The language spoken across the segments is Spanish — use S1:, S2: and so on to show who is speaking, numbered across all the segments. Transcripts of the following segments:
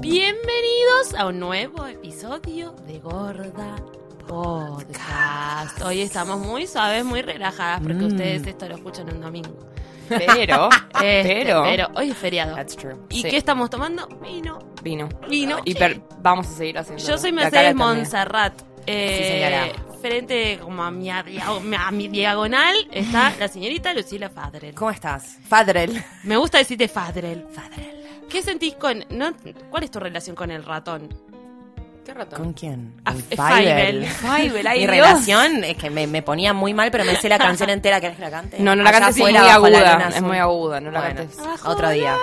S1: Bienvenidos a un nuevo episodio de Gorda Podcast. Hoy estamos muy suaves, muy relajadas, porque
S2: Mm.
S1: ustedes esto lo escuchan un domingo.
S2: Pero,
S1: Este,
S2: Ah, pero,
S1: pero hoy es feriado.
S2: That's true.
S1: ¿Y
S2: Sí,
S1: qué estamos tomando? Vino.
S2: vino.
S1: Vino.
S2: Y per- vamos a seguir haciendo.
S1: Yo soy Mercedes
S2: Monza.
S1: Monserrat. Eh,
S2: señora.
S1: frente como a mi, a dia- a mi diagonal está la señorita Lucila Fadrel.
S2: ¿Cómo estás? Fadrel.
S1: Me gusta decirte Fadrel. ¿Qué sentís con... no- ¿Cuál es tu relación con el ratón? ¿Qué ratón?
S3: ¿Con quién?
S1: Ah,
S3: Con
S1: eh, Fievel.
S2: Fievel, ay,
S3: Mi
S2: Dios.
S3: relación es que me, me ponía muy mal, pero me sé la canción entera. ¿Querés que la cante?
S2: No, no la
S3: Allá
S2: cantes, es muy
S3: afuera, bajo la luna
S2: aguda. Es
S3: azul.
S2: muy aguda, no la
S3: Bueno.
S2: cantes.
S3: Otro día.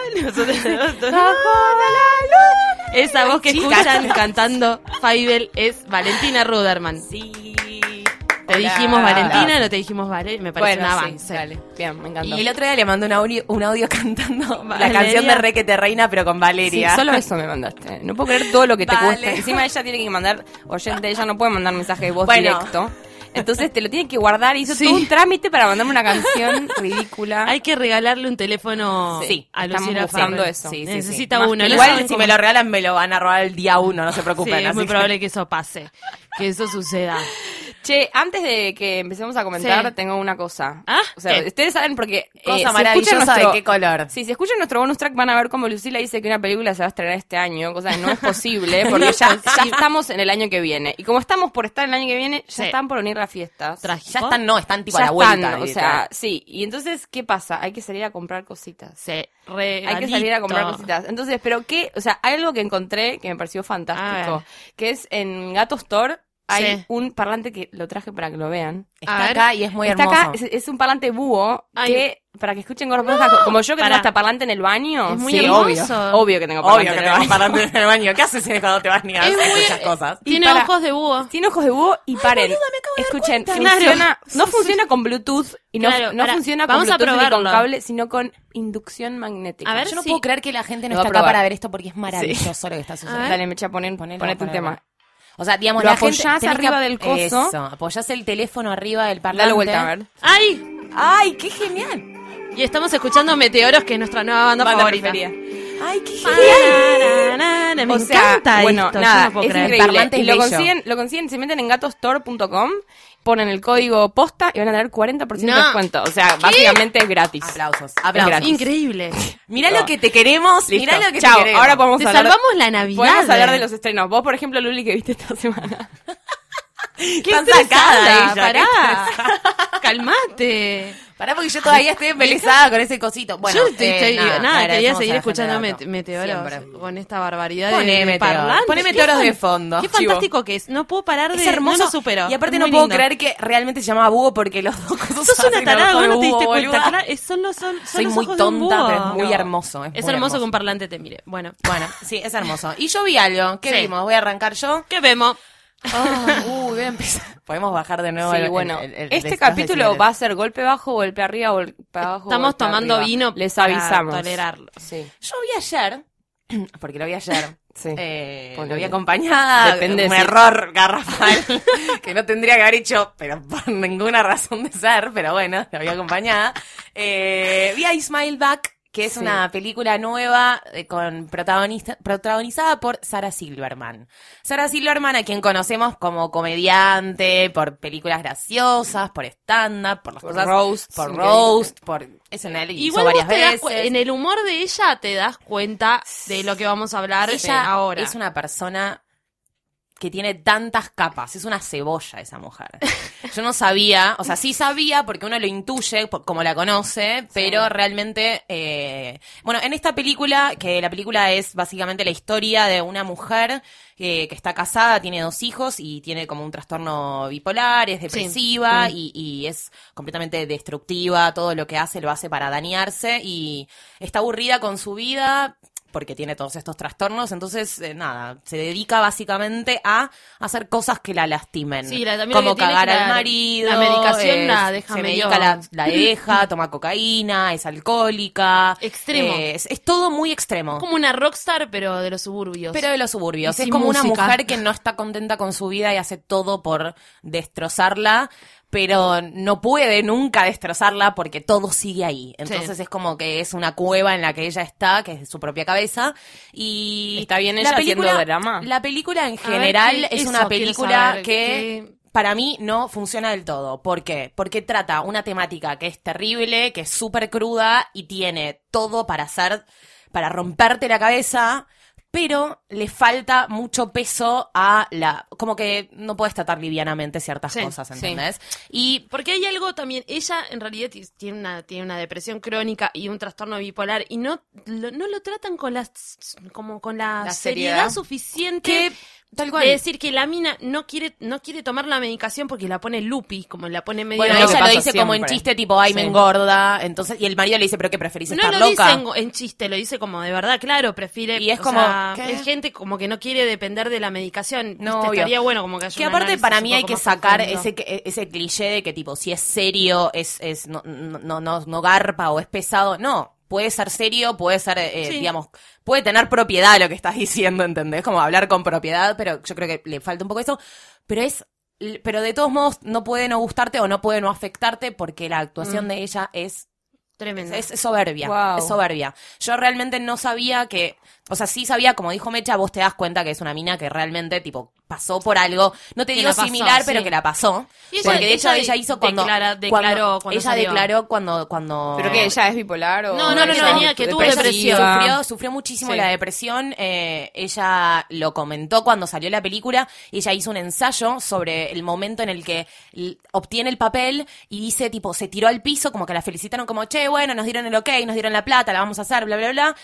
S1: Esa voz que
S3: Chicas.
S1: escuchan cantando Fievel es Valentina Ruderman.
S3: Sí.
S1: Te
S2: Hola.
S1: dijimos Valentina, no te dijimos Vale, me parece un
S2: Bueno,
S1: avance.
S2: sí, dale. Bien, me encantó.
S3: Y el otro día le mandé un audio, un audio cantando
S1: Valeria.
S3: la canción de Re que te reina, pero con
S2: Sí,
S3: Valeria.
S2: solo eso me mandaste. No puedo creer todo lo que te
S3: Vale.
S2: cuesta. Encima ella tiene que mandar oyente, ella no puede mandar mensaje de voz
S3: Bueno.
S2: directo. Entonces te lo tiene que guardar. Hizo
S1: Sí.
S2: todo un trámite para mandarme una canción ridícula.
S1: Hay que regalarle un teléfono
S3: Sí,
S1: a
S2: estamos
S1: Lucila
S2: buscando
S1: Fievel.
S2: eso.
S3: Sí, sí, sí.
S1: Necesita
S3: Más
S1: uno.
S3: que
S1: no
S3: Igual
S1: saben
S3: si
S1: cómo-
S3: me lo regalan, me lo van a robar el día uno, no se
S1: Sí,
S3: preocupen.
S1: es
S3: así
S1: muy
S3: que-
S1: probable que eso pase, que eso suceda.
S2: Che, antes de que empecemos a comentar,
S1: Sí.
S2: tengo una cosa.
S1: Ah,
S2: O sea,
S1: ¿qué?
S2: ustedes saben porque... eh, si
S3: Cosa
S2: escuchan
S3: maravillosa
S2: nuestro-
S3: de qué color.
S2: Sí, si escuchan nuestro bonus track van a ver cómo Lucila dice que una película se va a estrenar este año, cosa que no es posible, porque ya, ya estamos en el año que viene. Y como estamos por estar en el año que viene, ya
S1: Sí.
S2: están por unir las fiestas.
S1: Trágico.
S3: Ya están, no, están tipo
S2: ya
S3: a la vuelta.
S2: están, o sea,
S3: directamente.
S2: sí. Y entonces, ¿qué pasa? Hay que salir a comprar cositas.
S1: Se
S2: Hay que salir a comprar
S1: regalito.
S2: cositas. Entonces, pero qué, o sea, hay algo que encontré que me pareció
S1: A
S2: fantástico,
S1: ver.
S2: que es en Gato Store hay
S1: Sí.
S2: un parlante que lo traje para que lo vean.
S1: A
S3: está
S1: ver.
S3: acá y es muy
S2: Está
S3: hermoso.
S2: acá, es, es un parlante búho
S1: Ay.
S2: que, para que escuchen gordos podcast, como yo que tengo
S1: Pará.
S2: hasta parlante en el baño.
S1: Es muy
S2: sí,
S1: hermoso.
S2: obvio. Obvio que tengo parlante
S3: Obvio que
S2: en
S3: te
S2: el
S3: vas
S2: baño.
S3: parando en el baño. ¿Qué haces cuando te vas ni a
S1: Es muy-
S3: escuchas cosas?
S2: Y
S1: Tiene
S2: para-
S1: ojos de búho.
S2: Tiene ojos de búho y paren. Escuchen,
S1: cuenta.
S2: funciona,
S1: Claro.
S2: no funciona con Bluetooth y no,
S1: Claro,
S2: no
S1: pará.
S2: funciona con
S1: Vamos a
S2: Bluetooth ni con
S1: probarlo.
S2: cable, sino con inducción magnética.
S1: A ver
S3: Yo no
S1: si-
S3: puedo creer que la gente no
S2: Lo
S3: está
S2: va a
S3: acá
S2: probar.
S3: para ver esto porque es maravilloso lo que está
S1: A ver.
S3: sucediendo.
S2: Dale, Mecha, ponen,
S3: Ponelo,
S2: ponete un
S3: ponelo.
S2: tema.
S3: O sea, digamos,
S2: Lo
S3: la gente tenés
S2: apoyás
S3: que
S2: arriba
S3: ap-
S2: del coso.
S3: Eso, apoyás el teléfono arriba del parlante.
S2: Dale vuelta, a ver.
S1: ¡Ay!
S3: ¡Ay, qué genial!
S1: Y estamos escuchando Meteoros, que es nuestra nueva banda,
S2: Banda
S1: favorita.
S2: preferida.
S3: ¡Ay, qué
S1: Me
S2: O sea,
S1: encanta
S2: bueno,
S1: esto,
S2: nada,
S1: yo no puedo
S2: es
S1: creer.
S2: increíble.
S3: Parlante
S2: Y
S3: es
S2: lo
S3: bello.
S2: consiguen, lo consiguen, se meten en gatostore.com, ponen el código posta y van a tener 40% de
S1: No.
S2: descuento. O sea, básicamente es gratis.
S3: Aplausos,
S2: Es
S3: aplausos.
S2: gratis.
S1: Increíble.
S3: Mirá lo que te queremos,
S2: Listo.
S3: mirá lo que
S2: Chao,
S3: te queremos.
S2: ahora podemos
S1: Te
S2: hablar.
S1: salvamos la Navidad.
S2: Podemos hablar de los estrenos. Vos, por ejemplo, Luli, que viste esta semana.
S1: ¡Qué
S3: Tan
S1: estresada!
S3: sacada ella,
S1: ¡Pará!
S3: qué
S1: ¡Calmate!
S3: Pará porque yo todavía estoy embelesada con ese cosito. Bueno,
S1: Yo estoy,
S3: eh,
S1: estoy- nada, quería
S3: agradecemos
S1: seguir
S3: a la gente
S1: escuchando
S3: de
S1: met-
S3: Dato.
S1: meteoros
S3: Siempre.
S1: con esta barbaridad
S3: Poné
S1: de
S3: meteoros.
S1: parlantes.
S3: Poné
S1: Qué
S3: meteoros de
S1: fan-
S3: fondo.
S1: Qué
S2: Chivo.
S1: fantástico que es. No puedo parar de...
S3: Es hermoso.
S1: No lo supero.
S3: Y aparte
S1: Es
S3: no
S1: muy
S3: puedo
S1: lindo.
S3: creer que realmente se llamaba Búho porque los dos cosas
S1: Sos una
S3: hacen
S1: tarada,
S3: ojo
S1: vos
S3: de
S1: no te diste
S3: búho,
S1: cuenta.
S3: boluda.
S1: Claro, es- son los, son, son
S3: Soy
S1: los
S3: muy
S1: ojos de un
S3: tonta, pero
S1: búho.
S3: es muy hermoso. Es,
S1: Es
S3: muy
S1: hermoso que un parlante te mire. Bueno.
S3: Bueno, sí, es hermoso. Y yo vi algo. ¿Qué
S1: Sí. Ah.
S3: vimos? Voy a arrancar yo.
S1: ¿Qué vemos?
S3: uy, voy a empezar. Podemos bajar de nuevo.
S2: Sí,
S3: el- el-
S2: bueno,
S3: el- el-
S2: este
S3: los
S2: capítulo
S3: decibeles.
S2: va a ser golpe bajo, golpe arriba, golpe abajo.
S1: Estamos
S2: golpe
S1: tomando
S2: arriba.
S1: vino
S2: Les
S1: para
S2: avisamos.
S1: tolerarlo.
S2: Sí.
S3: Yo vi ayer, porque lo vi ayer.
S2: Sí.
S3: eh,
S2: Ponele.
S3: lo vi acompañada.
S2: Depende
S3: un
S2: si-
S3: error garrafal que no tendría que haber hecho, pero por ninguna razón de ser. Pero bueno, lo vi acompañada. Eh, vi a Ismail Back. que es
S2: Sí.
S3: una película nueva eh, con protagonista, protagonizada por Sara Silverman. Sara Silverman, a quien conocemos como comediante, por películas graciosas, por stand-up, por las
S2: Por
S3: cosas-
S2: roast,
S3: por
S2: increíble.
S3: roast, por eso en hizo
S1: Igual vos
S3: varias
S1: te das
S3: veces.
S1: cu- en el humor de ella te das cuenta de lo que vamos a hablar eh,
S3: Ella
S1: ahora.
S3: es una persona que tiene tantas capas, es una cebolla esa mujer. Yo no sabía, o sea, sí sabía porque uno lo intuye por- como la conoce, pero realmente, eh, bueno, en esta película, que la película es básicamente la historia de una mujer eh, que está casada, tiene dos hijos y tiene como un trastorno bipolar, es depresiva
S1: Mm.
S3: y, y es completamente destructiva, todo lo que hace lo hace para dañarse y está aburrida con su vida, porque tiene todos estos trastornos, entonces eh, nada, se dedica básicamente a hacer cosas que la lastimen.
S1: Sí, la- también lo
S3: como
S1: que tiene es
S3: cagar
S1: que
S3: al
S1: la-
S3: marido.
S1: la medicación la deja
S3: se
S1: medio-
S3: medica, la, la deja, toma cocaína, es alcohólica.
S1: Extremo.
S3: eh, es, es todo muy extremo.
S1: como una rockstar, pero de los suburbios.
S3: Pero de los suburbios.
S1: Y
S3: Es
S1: sin
S3: como una
S1: música.
S3: mujer que no está contenta con su vida y hace todo por destrozarla, pero no puede nunca destrozarla porque todo sigue ahí. Entonces es como que es una cueva en la que ella está, que es de su propia cabeza. Y
S2: ¿Está bien ella haciendo drama?
S3: La película en
S1: ver,
S3: general
S1: ¿qué-
S3: es
S1: eso
S3: una
S1: quiero
S3: película
S1: saber,
S3: que...
S1: qué-
S3: Para mí no funciona del todo. ¿Por qué? Porque trata una temática que es terrible, que es súper cruda y tiene todo para hacer, para romperte la cabeza, pero le falta mucho peso a la... Como que no puedes tratar livianamente ciertas
S1: Sí,
S3: cosas,
S1: sí.
S3: ¿entendés? Y
S1: Porque hay algo también, ella en realidad ti- tiene una, tiene una depresión crónica y un trastorno bipolar y no lo, no lo tratan con la, como con la,
S2: La seriedad.
S1: seriedad, suficiente
S3: que... Tal cual.
S1: de decir que la mina no quiere, no quiere tomar la medicación porque la pone loopy, como la pone medio...
S3: Bueno,
S2: lo que
S3: ella lo
S2: pasa
S3: dice como en
S2: siempre.
S3: chiste, tipo, ay, me
S2: Sí.
S3: engorda. Entonces, y el marido le dice, pero ¿qué preferís
S1: no
S3: estar
S1: lo
S3: loca?
S1: dice en, en chiste, lo dice como de verdad, claro, prefiere...
S3: Y es
S1: o
S3: como,
S1: sea,
S3: ¿qué?
S1: es gente como que no quiere depender de la medicación.
S3: No,
S1: ¿viste?
S3: obvio.
S1: Estaría bueno como que haya
S3: Que
S1: un
S3: aparte
S1: análisis
S3: para
S1: un
S3: mí
S1: poco
S3: hay que
S1: más
S3: sacar
S1: profundo.
S3: ese, que- ese cliché de que tipo, si es serio, es, es no, no, no, no garpa o es pesado. No, puede ser serio, puede ser, eh,
S1: Sí.
S3: digamos, puede tener propiedad lo que estás diciendo, ¿entendés? Como hablar con propiedad, pero yo creo que le falta un poco eso. Pero es, pero de todos modos no puede no gustarte o no puede no afectarte porque la
S1: Mm.
S3: actuación de ella es
S1: Tremendo.
S3: es, es soberbia,
S2: Wow.
S3: es soberbia. Yo realmente no sabía que, o sea, sí sabía, como dijo Mecha, vos te das cuenta que es una mina que realmente, tipo, pasó por algo, no te
S1: Que
S3: digo
S1: la pasó,
S3: similar,
S1: sí.
S3: pero que la pasó.
S1: Y ella-
S3: porque de hecho
S1: ella
S3: ella hizo cuando,
S1: declara- declaró cuando
S3: ella
S1: salió.
S3: declaró cuando, cuando
S2: ¿Pero que ella es bipolar o.?
S1: No, no, no,
S2: ella
S1: tenía-
S2: es
S1: que tuvo
S2: depresiva?
S1: depresión.
S3: Sufrió, sufrió muchísimo
S2: Sí.
S3: la depresión. eh, ella lo comentó cuando salió la película. Ella hizo un ensayo sobre el momento en el que l- obtiene el papel y dice, tipo, se tiró al piso, como que la felicitaron, como, che, bueno, nos dieron el ok, nos dieron la plata, la vamos a hacer, bla, bla, bla.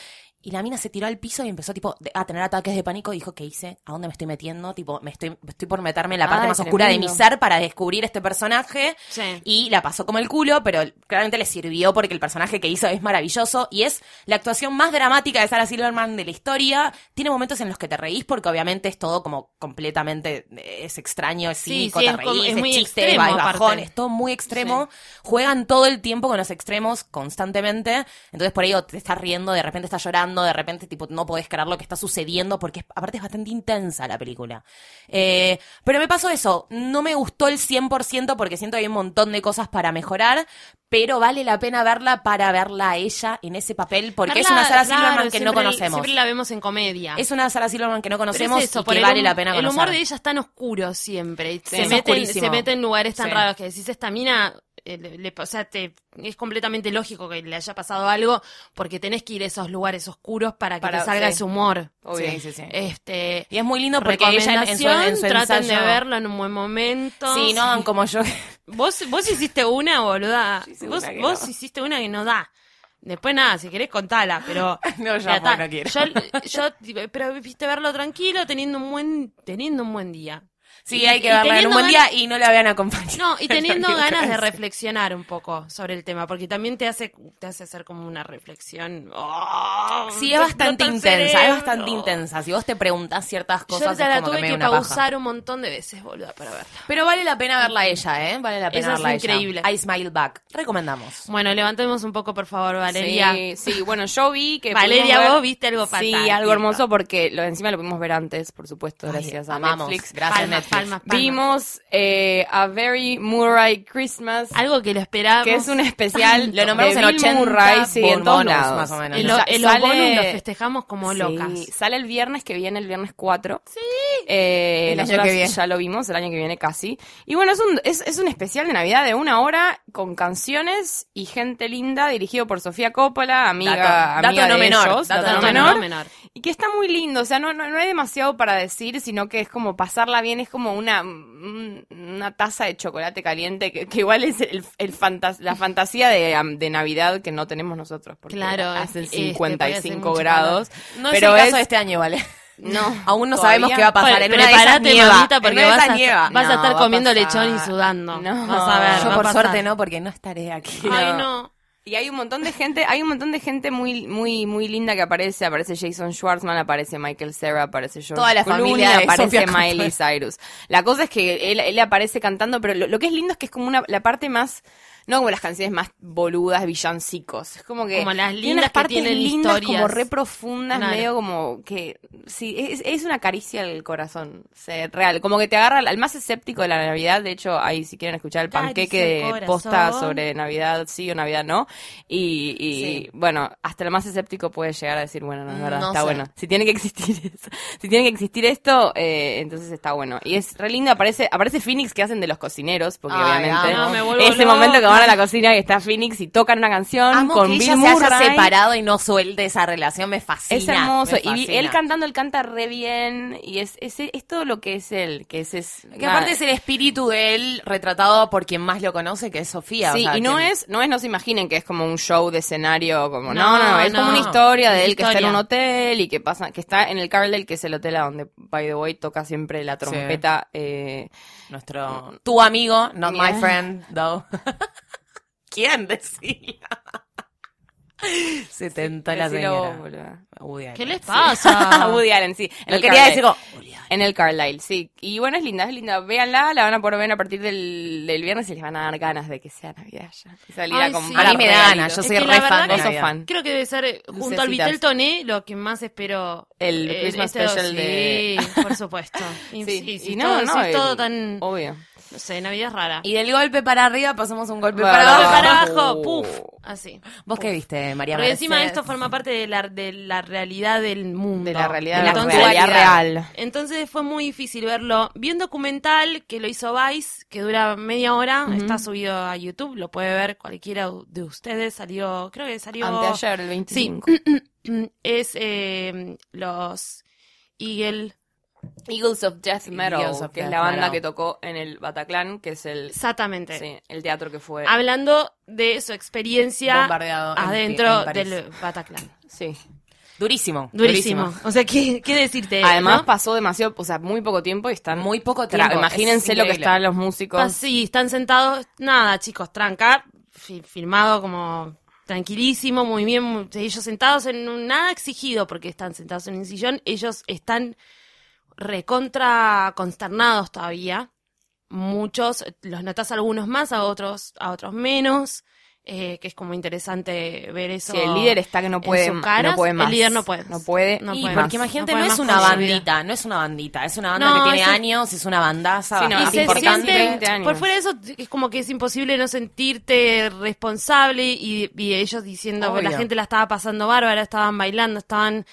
S3: Y la mina se tiró al piso y empezó tipo de- a tener ataques de pánico. Dijo, ¿qué hice? ¿A dónde me estoy metiendo? Tipo, me estoy, estoy por meterme en la parte
S2: Ay,
S3: más oscura de mi
S2: tremendo.
S3: ser para descubrir este personaje.
S1: Sí.
S3: Y la pasó como el culo, pero claramente le sirvió porque el personaje que hizo es maravilloso y es la actuación más dramática de Sarah Silverman de la historia. Tiene momentos en los que te reís porque obviamente es todo como completamente, eh, es extraño, es
S1: Sí,
S3: cínico,
S1: sí,
S3: te
S1: es
S3: reís,
S1: como- es
S3: es,
S1: muy
S3: chiste,
S1: extremo,
S3: es bajón,
S1: aparte.
S3: es todo muy extremo. Juegan todo el tiempo con los extremos constantemente. Entonces por ahí o te estás riendo, de repente estás llorando, de repente tipo no podés creer lo que está sucediendo porque es- aparte es bastante intensa la película. Eh, pero me pasó eso. No me gustó el 100% porque siento que hay un montón de cosas para mejorar. Pero vale la pena verla para verla a ella en ese papel porque es
S1: Carla,
S3: una Sarah
S1: claro,
S3: Silverman que no
S1: siempre-
S3: conocemos.
S1: Siempre la vemos en comedia.
S3: Es una Sarah Silverman que no
S1: Pero es
S3: conocemos
S1: eso,
S3: y
S1: por
S3: que
S1: el
S3: vale
S1: hum-
S3: la pena
S1: El
S3: conocer.
S1: humor de ella es tan oscuro siempre. y se,
S3: es
S1: mete,
S3: oscurísimo.
S1: se mete en lugares tan
S3: Sí.
S1: raros que decís, esta mina, eh, le- le- o sea, te- es completamente lógico que le haya pasado algo porque tenés que ir a esos lugares oscuros para que
S2: Para-
S1: te salga
S2: sí.
S1: ese humor.
S2: Obvio.
S3: Sí, sí, sí.
S1: Este,
S3: Y es muy lindo porque ella en- en su, en su
S1: traten
S3: ensayo-
S1: de verlo en un buen momento.
S3: Sí, no hagan como yo.
S1: Vos, vos hiciste una, boluda.
S3: hice
S1: Vos,
S3: una que
S1: vos
S3: no.
S1: hiciste una que no da. Después nada, si querés contala, pero...
S3: No, ya
S1: Ya
S3: fue,
S1: está.
S3: no quiero.
S1: Yo, yo, tipo, pero viste verlo tranquilo, teniendo un buen, teniendo un buen día.
S3: Sí,
S1: Y-
S3: hay que
S1: y
S3: verla en un
S1: teniendo
S3: buen
S1: ganas-
S3: día y no la vean acompañada.
S1: No, y teniendo
S3: Lo único
S1: ganas
S3: que
S1: de
S3: es.
S1: reflexionar un poco sobre el tema, porque también te hace, te hace hacer como una reflexión. ¡Oh!
S3: Sí, es bastante
S1: Explota el
S3: intensa, es
S1: cerebro.
S3: bastante intensa. Si vos te preguntás ciertas
S1: Yo
S3: cosas,
S1: te
S3: es
S1: la
S3: como
S1: tuve
S3: que, me
S1: que,
S3: da una paja.
S1: pausar un montón de veces, boluda, para verla.
S3: Pero vale la pena verla a ella, ¿eh? Vale la pena
S1: Esa es
S3: verla a
S1: increíble.
S3: ella. I Smile Back. Recomendamos.
S1: Bueno, levantemos un poco, por favor, Valeria.
S2: Sí, sí, bueno, yo vi que.
S1: Valeria,
S2: pudimos ver-
S1: vos viste algo
S2: Sí,
S1: fantástico.
S2: algo hermoso porque lo, encima lo pudimos ver antes, por supuesto, gracias
S3: Ay,
S2: a
S3: amamos.
S2: Netflix.
S3: Gracias,
S1: Palmas. palmas, palmas.
S2: Vimos eh, A Very Murray Christmas,
S1: Algo que lo esperábamos.
S2: que es un especial.
S3: Lo nombramos
S2: de
S3: en
S2: Bill
S3: 80
S2: Murray, sí, en todos
S3: bonos,
S2: lados.
S3: más o menos.
S1: En, lo-
S2: Sa-
S1: en los
S2: sale-
S1: bonus lo festejamos como
S2: Sí,
S1: locas.
S2: Sale el viernes que viene, el viernes 4. Sí.
S3: El año
S2: nosotras
S3: que viene.
S2: ya lo vimos, el año que viene casi. Y bueno, es un, es, es un especial de Navidad de una hora con canciones y gente linda, dirigido por Sofía Coppola, amiga,
S3: Dato- dato
S2: amiga
S3: no
S2: de
S3: menor,
S2: ellos,
S3: dato
S1: No,
S3: no
S1: menor. menor.
S2: Y que está muy lindo, o sea, no, no, no hay demasiado para decir, sino que es como pasarla bien, es como una, un- una taza de chocolate caliente, que, que igual es el, el fantas- la fantasía de, am, de Navidad que no tenemos nosotros, porque
S1: Claro,
S2: hacen
S1: este, puede hacer
S2: 55
S1: mucho
S2: grados.
S3: No
S2: pero
S3: es el caso de este año, ¿vale.
S2: No,
S3: Aún no
S2: todavía.
S3: sabemos qué va a pasar. En una de esas
S1: Prepárate,
S3: nieva.
S1: mamita,
S3: En
S1: porque
S3: una de
S1: vas
S3: esas
S1: a,
S3: nieva.
S1: vas a
S2: No,
S1: estar
S2: va a
S1: comiendo
S2: pasar.
S1: lechón y sudando.
S2: No.
S1: Vas a ver.
S3: Yo
S1: va a
S3: por
S1: pasar.
S3: suerte no, porque no estaré aquí.
S1: Ay,
S3: No.
S1: no.
S2: Y hay un montón de gente, hay un montón de gente muy, muy, muy linda que aparece. Aparece Jason Schwartzman, aparece Michael Cera, aparece George
S3: Toda la
S2: Clooney,
S3: familia de
S2: aparece
S3: Sofía Coppola.
S2: Miley Cyrus. La cosa es que él, él aparece cantando, pero lo, lo que es lindo es que es como una, la parte más, no como las canciones más boludas, villancicos. Es como que
S1: Como las
S2: tiene
S1: lindas
S2: unas
S1: que
S2: partes
S1: tienen
S2: lindas,
S1: historias.
S2: como re profundas,
S1: Claro.
S2: medio como que sí, es, es una caricia al corazón, o sea, real. Como que te agarra al al más escéptico de la Navidad. De hecho, ahí si quieren escuchar el panqueque
S1: Caricia al
S2: de posta
S1: corazón.
S2: sobre Navidad sí o Navidad no. Y, y,
S3: Sí.
S2: bueno, hasta el más escéptico puede llegar a decir, bueno, no es verdad,
S3: No
S2: está
S3: sé.
S2: bueno. Si tiene que existir eso, si tiene que existir esto, eh, entonces está bueno. Y es re lindo, aparece, aparece Phoenix que hacen de los cocineros, porque
S3: Ay,
S2: obviamente
S3: amo.
S1: Me vuelvo
S2: ese
S1: loca.
S2: momento que van a la cocina y está Phoenix y tocan una canción
S3: Amo
S2: con
S3: que
S2: Bill
S3: ella se haya
S2: Murray.
S3: separado y no suelte esa relación. Me fascina.
S2: Es hermoso.
S3: me
S2: Y vi-
S3: fascina.
S2: él cantando, él canta re bien. Y es, es, es todo lo que es él. Que es, es-
S3: Que
S2: nada.
S3: aparte es el espíritu de él retratado por quien más lo conoce, que es Sofía. o
S2: Sí,
S3: sea,
S2: y no
S3: quien-
S2: es, no es, no se imaginen que es como un show de escenario, como
S1: No,
S2: no, no, es
S1: no.
S2: como una historia de
S1: Es
S2: él que está en
S1: historia.
S2: un hotel y que pasa, que está en el Cardell, que es el hotel a donde, by the way, toca siempre la trompeta. eh,
S3: Nuestro. Tu amigo, not
S2: Mira.
S3: my friend, though. ¿Quién decía? Se tentó la Ah.
S2: decilo vos,
S3: señora.
S2: boluda. Ah,
S3: Woody Allen,
S1: ¿Qué les
S3: sí.
S1: pasa?
S2: Woody Allen, sí. en
S3: Lo
S2: el
S3: quería
S2: Carlyle.
S3: decir como. Woody Allen.
S2: En el Carlisle, sí. Y bueno, es linda, es linda. Véanla, la van a poder ver a partir del, del viernes y les van a dar ganas de que sea Navidad ya. Y salir
S1: Ay,
S2: a
S1: sí.
S2: comprar.
S1: A mí me
S3: da
S2: regalitos.
S3: ganas, yo
S1: Es
S3: soy
S1: que la
S3: re
S1: verdad
S3: fan de
S2: Vos sos
S3: Navidad.
S2: fan.
S1: Creo que debe ser eh, junto
S2: Lucecitas.
S1: al Vitel Toné lo que más espero. eh,
S2: El Christmas special de-
S1: Sí, por supuesto. Y,
S2: Sí,
S1: sí, sí,
S2: y
S1: todo, sí,
S2: el- Oh.
S1: todo tan...
S2: Obvio.
S1: No sé, Navidad es rara.
S3: Y del golpe para arriba pasamos a un golpe
S2: Para Oh.
S3: para,
S1: Golpe
S3: abajo.
S1: para abajo, puf, así.
S3: ¿Vos qué viste, María
S1: Porque encima
S3: Mercedes?
S1: esto forma parte de la, de la realidad del mundo.
S2: De la realidad,
S1: de
S2: la realidad real.
S1: Entonces fue muy difícil verlo. Vi un documental que lo hizo Vice, que dura media hora, está subido a YouTube, lo puede ver cualquiera de ustedes. Salió, creo que salió... Mm,
S2: Anteayer, el 25.
S1: Es eh, los Eagle,
S2: Eagles of Death Metal,
S3: Eagles of
S2: que
S3: Death
S2: es la banda
S3: Metal.
S2: que tocó en el Bataclan, que es el,
S1: exactamente.
S2: sí, el teatro que fue.
S1: Hablando de su experiencia
S3: Bombardeado en-
S1: adentro
S3: en París.
S1: del Bataclan.
S2: Sí.
S3: Durísimo.
S1: Durísimo. O sea, ¿qué, qué decirte?
S2: Además
S1: no?
S2: pasó demasiado, o sea, muy poco tiempo y están
S3: Muy poco
S2: tra-
S3: tiempo.
S2: Imagínense
S3: Es
S2: lo que
S3: increíble.
S2: están los músicos.
S1: Ah, sí, están sentados, nada, chicos, tranca, fi- filmado como tranquilísimo, muy bien, muy- ellos sentados en un nada exigido porque están sentados en un sillón, ellos están recontra consternados todavía. Muchos, los notas algunos más, a otros, a otros menos, eh, que es como interesante ver eso.
S2: Sí, el líder está que no
S1: en
S2: puede,
S1: sus
S2: no
S1: caras,
S2: puede más.
S1: El líder no puede.
S2: No puede
S1: No
S3: y
S1: puede
S3: porque
S1: más.
S3: imagínate,
S1: No
S3: no,
S1: puede
S3: es
S1: más
S3: una
S1: con su vida.
S3: bandita, no es una bandita, es una banda
S1: No,
S3: que tiene
S1: es-
S3: años, Ah, es una bandaza
S2: Sí, no,
S1: Y
S3: bastante
S1: se
S3: importante.
S1: siente-
S2: 20 años.
S1: por fuera de eso, es como que es imposible no sentirte responsable y, y ellos diciendo que la
S3: Obvio.
S1: gente la estaba pasando bárbara, estaban bailando, estaban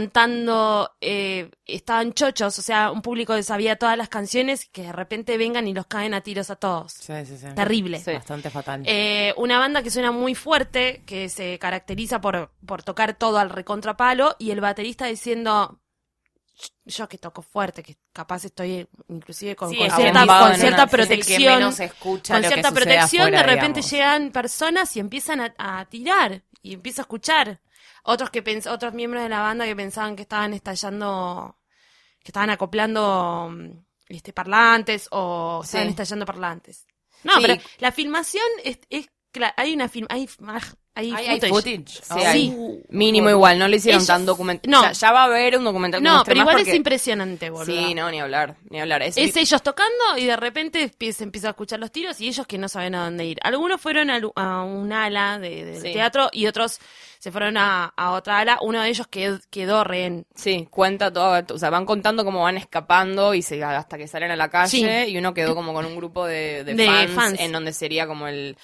S1: cantando, eh, estaban chochos, o sea, un público que sabía todas las canciones que de repente vengan y los caen a tiros a todos.
S3: Sí, sí, sí.
S1: Terrible.
S2: Sí.
S3: Bastante fatal.
S1: Eh, una banda que suena muy fuerte, que se caracteriza por, por tocar todo al recontrapalo, y el baterista diciendo, yo que toco fuerte, que capaz estoy inclusive con,
S3: Sí,
S1: con
S3: es
S1: cierta,
S2: abombado
S1: con
S2: en
S1: cierta
S2: una-
S3: es el que
S1: protección,
S3: menos escucha
S1: con
S3: lo que
S1: cierta
S3: sucede
S1: protección,
S3: afuera,
S1: de repente
S3: digamos.
S1: llegan personas y empiezan a, a tirar, y empieza a escuchar. Otros, que pens- otros miembros de la banda que pensaban que estaban estallando, que estaban acoplando mm, este, parlantes o estaban
S2: Sí.
S1: estallando parlantes. No,
S2: Sí.
S1: pero la filmación es, es cla- hay una film, hay, ah, hay Hay
S3: Ahí hay
S1: footage.
S3: footage.
S2: Sí,
S3: Ah,
S2: hay. Mínimo igual, no lo hicieron
S1: Ellos-
S2: tan documental.
S1: no.
S2: O sea, ya va a haber un documental.
S1: No, pero igual es
S2: impresionante.
S1: impresionante, boludo.
S2: Sí, no, ni hablar, ni hablar. Es,
S1: Es ellos tocando y de repente empie- se empieza a escuchar los tiros y ellos que no saben a dónde ir. Algunos fueron al- a, un ala de, del
S2: Sí.
S1: teatro y otros se fueron a, a otra ala. Uno de ellos qued- quedó rehén.
S2: Sí, cuenta todo, o sea, van contando cómo van escapando y se, hasta que salen a la calle
S1: Sí.
S2: y uno quedó como con un grupo de, de
S1: De
S2: fans,
S1: fans.
S2: en donde sería como el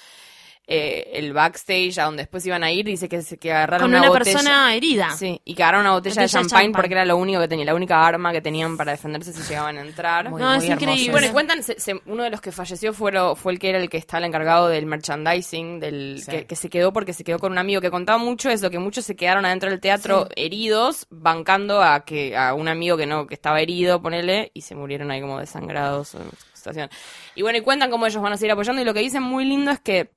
S2: eh, el backstage a donde después iban a ir, dice que, se- que agarraron
S1: Con una,
S2: botella.
S1: persona herida.
S2: Sí, y que agarraron una botella de
S1: Botella de
S2: champagne
S1: champagne.
S2: porque era lo único que tenía, la única arma que tenían para defenderse si llegaban a entrar.
S3: Muy,
S1: No,
S3: muy
S1: es
S3: hermoso.
S1: increíble.
S2: Y bueno, y cuentan, se- se- uno de los que falleció fue, fue el que era el que estaba el encargado del merchandising, del
S3: Sí.
S2: que, que se quedó porque se quedó con un amigo que contaba mucho eso, que muchos se quedaron adentro del teatro heridos, bancando a que a un amigo que no que estaba herido, ponele, y se murieron ahí como desangrados. o situación. Y bueno, y cuentan cómo ellos van a seguir apoyando y lo que dicen muy lindo es que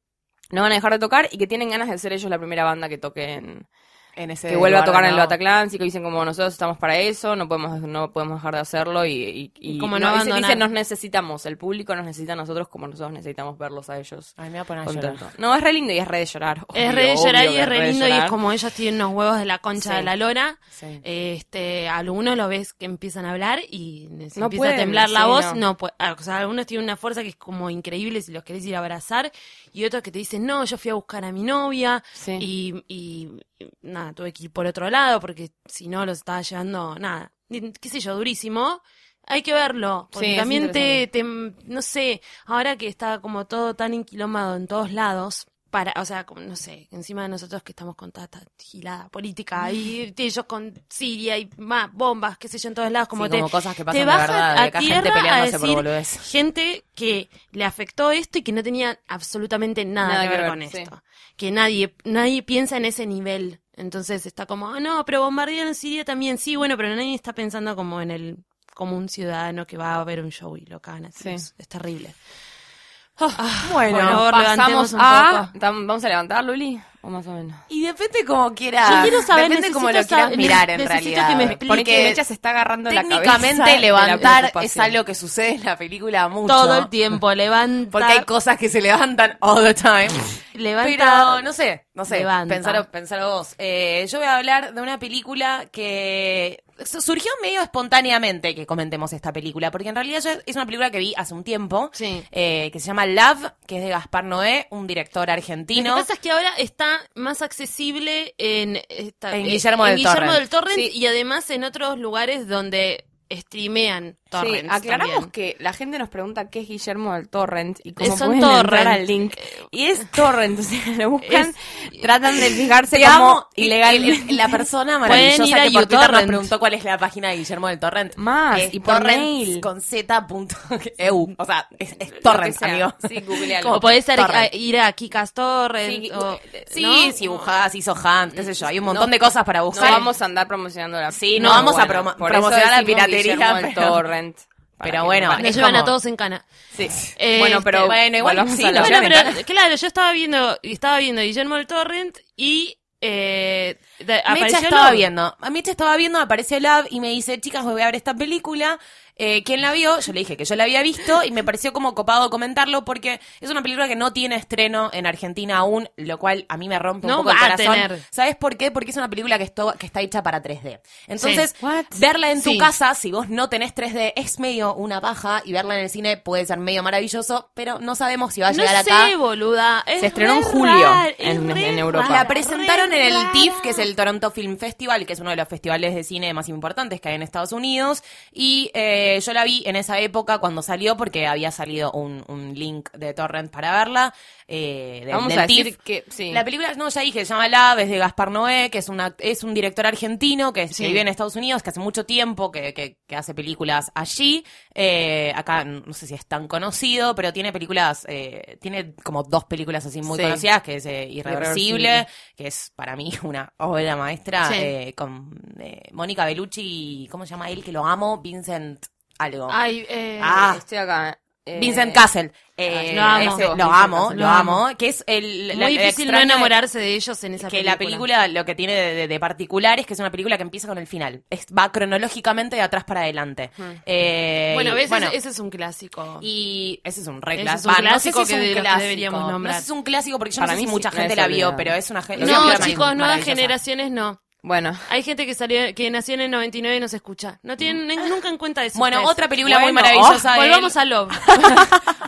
S2: no van a dejar de tocar y que tienen ganas de ser ellos la primera banda que toquen
S3: En ese
S2: que vuelva a
S3: lugar
S2: tocar en el
S3: ganado.
S2: Bataclan, sí que dicen como nosotros estamos para eso, no podemos no podemos dejar de hacerlo y, y- y-
S1: Como no
S2: dicen-
S1: abandonar.
S2: dicen nos necesitamos, el público nos necesita a nosotros como nosotros necesitamos verlos a ellos.
S3: Ay, me voy a poner a llorar.
S2: contentos. No, es re lindo y es re de llorar.
S1: Es
S2: obvio,
S1: re de llorar
S2: obvio
S1: y
S2: que
S1: es re lindo y
S2: llorar.
S1: es como ellos tienen unos huevos de la concha
S2: Sí.
S1: de la lora.
S3: Sí.
S1: Este, algunos lo ves que empiezan a hablar y les
S2: No
S1: empieza
S2: pueden,
S1: a temblar la
S2: sí,
S1: voz.
S2: no.
S1: No. pu- ah, o sea, algunos tienen una fuerza que es como increíble si los querés ir a abrazar y otros que te dicen, no, yo fui a buscar a mi novia
S2: Sí.
S1: y, y, y nada, tuve que ir por otro lado porque si no los estaba llevando, nada, ni- qué sé yo, durísimo. Hay que verlo, porque
S2: Sí, es
S1: también te, te, no sé, ahora que está como todo tan inquilomado en todos lados, para, o sea, como, no sé, encima de nosotros que estamos con toda esta gilada política y ellos con Siria y más bombas, qué sé yo, en todos lados, como
S3: Sí,
S1: te,
S3: como cosas que pasan
S1: te
S3: de
S1: bajan
S3: verdad, de
S1: a
S3: acá gente
S1: tierra a
S3: peleándose por
S1: decir
S3: boludez.
S1: gente que le afectó esto y que no tenía absolutamente nada, que ver, con
S2: sí.
S1: esto. Que nadie, nadie piensa en ese nivel. Entonces está como, ah, no, pero bombardearon Siria también. Sí, bueno, pero nadie está pensando como en el como un ciudadano que va a ver un show y lo cagan así.
S2: Sí.
S1: Es, es terrible.
S3: Bueno,
S1: por favor, levantemos
S2: pasamos
S1: un
S2: a
S1: poco.
S2: tam- vamos a levantar Luli o más o menos.
S3: Y depende como quieras.
S1: Yo quiero saber,
S3: Depende
S1: necesito
S3: como lo
S1: saber-
S3: quieras mirar en
S1: necesito
S3: realidad.
S1: que me explique.
S2: Porque
S3: Porque
S2: Mecha se está agarrando la cabeza. de
S3: técnicamente
S2: la
S3: levantar es
S2: preocupación.
S3: algo que sucede en la película mucho.
S1: Todo el tiempo levanta.
S3: Porque hay cosas que se levantan all the time.
S1: levanta.
S3: Pero no sé, no sé.
S1: Levanta.
S3: Pensalo, pensalo vos. Eh, yo voy a hablar de una película que su- surgió medio espontáneamente que comentemos esta película, porque en realidad yo- es una película que vi hace un tiempo,
S1: Sí.
S3: eh, que se llama Love, que es de Gaspar Noé, un director
S1: Lo
S3: argentino.
S1: que pasa es que ahora está más accesible en, esta-
S3: En Guillermo del
S1: Guillermo
S3: Torrent.
S1: del Torrent
S2: Sí.
S1: y además en otros lugares donde streamean torrents.
S2: Sí, aclaramos
S1: también.
S2: que la gente nos pregunta qué es Guillermo del Torrent y cómo
S1: Es un
S2: pueden entrar
S1: torrent. Eh,
S2: al link. Y es Torrent, o sea, lo buscan, tratan de fijarse
S3: Te
S2: como
S3: amo,
S2: ilegal.
S3: el- el- la persona
S1: Pueden ir
S3: maravillosa
S1: a
S3: que por Twitter nos
S1: uTorrent.
S3: preguntó cuál es la página de Guillermo del Torrent.
S2: Más,
S3: Es
S2: Ah, y por
S3: torrents
S2: mail.
S3: con z.eu. O sea, es, es
S2: Lo que
S3: Torrent,
S2: sea.
S3: amigo.
S2: Sí, googlealo.
S1: O podés ser-
S3: Torrent.
S1: a- ir a Kikas Torrent.
S2: Sí,
S1: o-
S3: Sí,
S1: ¿no?
S3: si buscás, hizo Hunt, qué sé yo. Hay un montón de cosas para
S2: No
S3: buscar.
S2: vamos a andar promocionando la
S3: Sí, no vamos a promo-
S2: por
S3: promocionar
S2: eso
S3: la
S2: decimos
S3: piratería,
S2: Guillermo del
S3: pero-
S2: Torrent. Para
S3: pero
S2: que
S3: bueno,
S2: no-
S3: es
S1: Nos llevan
S3: como-
S1: a todos en cana. Eh,
S2: bueno, pero
S1: este,
S3: bueno, igual
S2: volvamos
S3: sí,
S2: a la-
S3: lo-
S1: Bueno,
S3: llevan en
S1: pero,
S3: cana.
S1: claro, yo estaba viendo, estaba viendo Guillermo del Torrent y eh, de-
S3: Mecha
S1: apareció
S3: estaba
S1: Love.
S3: viendo. A Mecha estaba viendo, apareció Love y me dice, chicas, voy a ver esta película. Eh, ¿Quién la vio? Yo le dije que yo la había visto y me pareció como copado comentarlo porque es una película que no tiene estreno en Argentina aún, lo cual a mí me rompe un
S1: No
S3: poco el
S1: va a
S3: corazón.
S1: tener.
S3: ¿Sabes por qué? Porque es una película que, esto- que está hecha para 3D. Entonces,
S1: Sí. What?
S3: verla en tu
S1: Sí.
S3: casa, si vos no tenés 3D, es medio una paja y verla en el cine puede ser medio maravilloso, pero no sabemos si va a
S1: No
S3: llegar
S1: sé,
S3: acá.
S1: boluda. es
S2: Se estrenó en
S1: re
S2: julio
S1: raro, es
S2: en-
S1: re
S2: en Europa.
S1: raro,
S3: La
S2: Para
S3: presentaron en el
S1: re
S3: TIFF, que es el Toronto Film Festival, que es uno de los festivales de cine más importantes que hay en Estados Unidos. Y eh, yo la vi en esa época cuando salió, porque había salido un, un link de Torrent para verla. eh, del-
S2: Vamos
S3: del
S2: a decir
S3: TIFF.
S2: que sí.
S3: La película, no, ya dije, se llama Love, es de Gaspar Noé, que es, una, es un director argentino que
S1: Sí.
S3: vive en Estados Unidos, que hace mucho tiempo que, que- que hace películas allí. Eh, acá no sé si es tan conocido, pero tiene películas, eh, tiene como dos películas así muy
S2: Sí.
S3: conocidas, que es eh, Irreversible,
S2: Irreversible.
S3: que es para mí una obra maestra,
S1: Sí.
S3: eh, con eh, Mónica Bellucci y, ¿cómo se llama él? Que lo amo, Vincent algo.
S1: Ay, eh,
S3: Ah.
S2: Estoy acá. eh,
S3: Vincent Castle. Eh,
S1: lo amo.
S3: ese- lo
S2: Vincent
S3: amo,
S2: Cassel.
S3: lo
S1: Lo amo.
S3: amo. Que es el, la-
S1: Muy
S3: la
S1: difícil no
S3: extraña-
S1: enamorarse de ellos en esa
S3: Que
S1: película.
S3: la película lo que tiene de, de- de particular es que es una película que empieza con el final. Es, va cronológicamente de atrás para adelante. Eh,
S1: Bueno, a
S3: y-
S1: veces ese es un clásico.
S3: Y ese es un re
S1: Ese
S3: clas-
S1: es un
S3: va, no sé
S1: clásico
S3: si es
S1: que
S3: un
S1: de los que
S3: clásico.
S1: deberíamos
S3: No
S1: nombrar.
S3: sé si es un clásico porque yo
S2: Para
S3: no sé
S2: mí
S3: si
S2: sí,
S3: mucha
S2: no
S3: gente
S2: es
S3: la vio,
S2: olvidable.
S3: pero es una gente.
S1: No, chicos, nuevas generaciones no.
S2: Bueno.
S1: Hay gente que salió, que nació en el 99 y nos escucha. No tienen ni- nunca en cuenta de eso.
S3: Mm. Bueno,
S1: ustedes.
S3: otra película muy
S2: Bueno,
S3: maravillosa. de él-
S1: Volvamos a Love.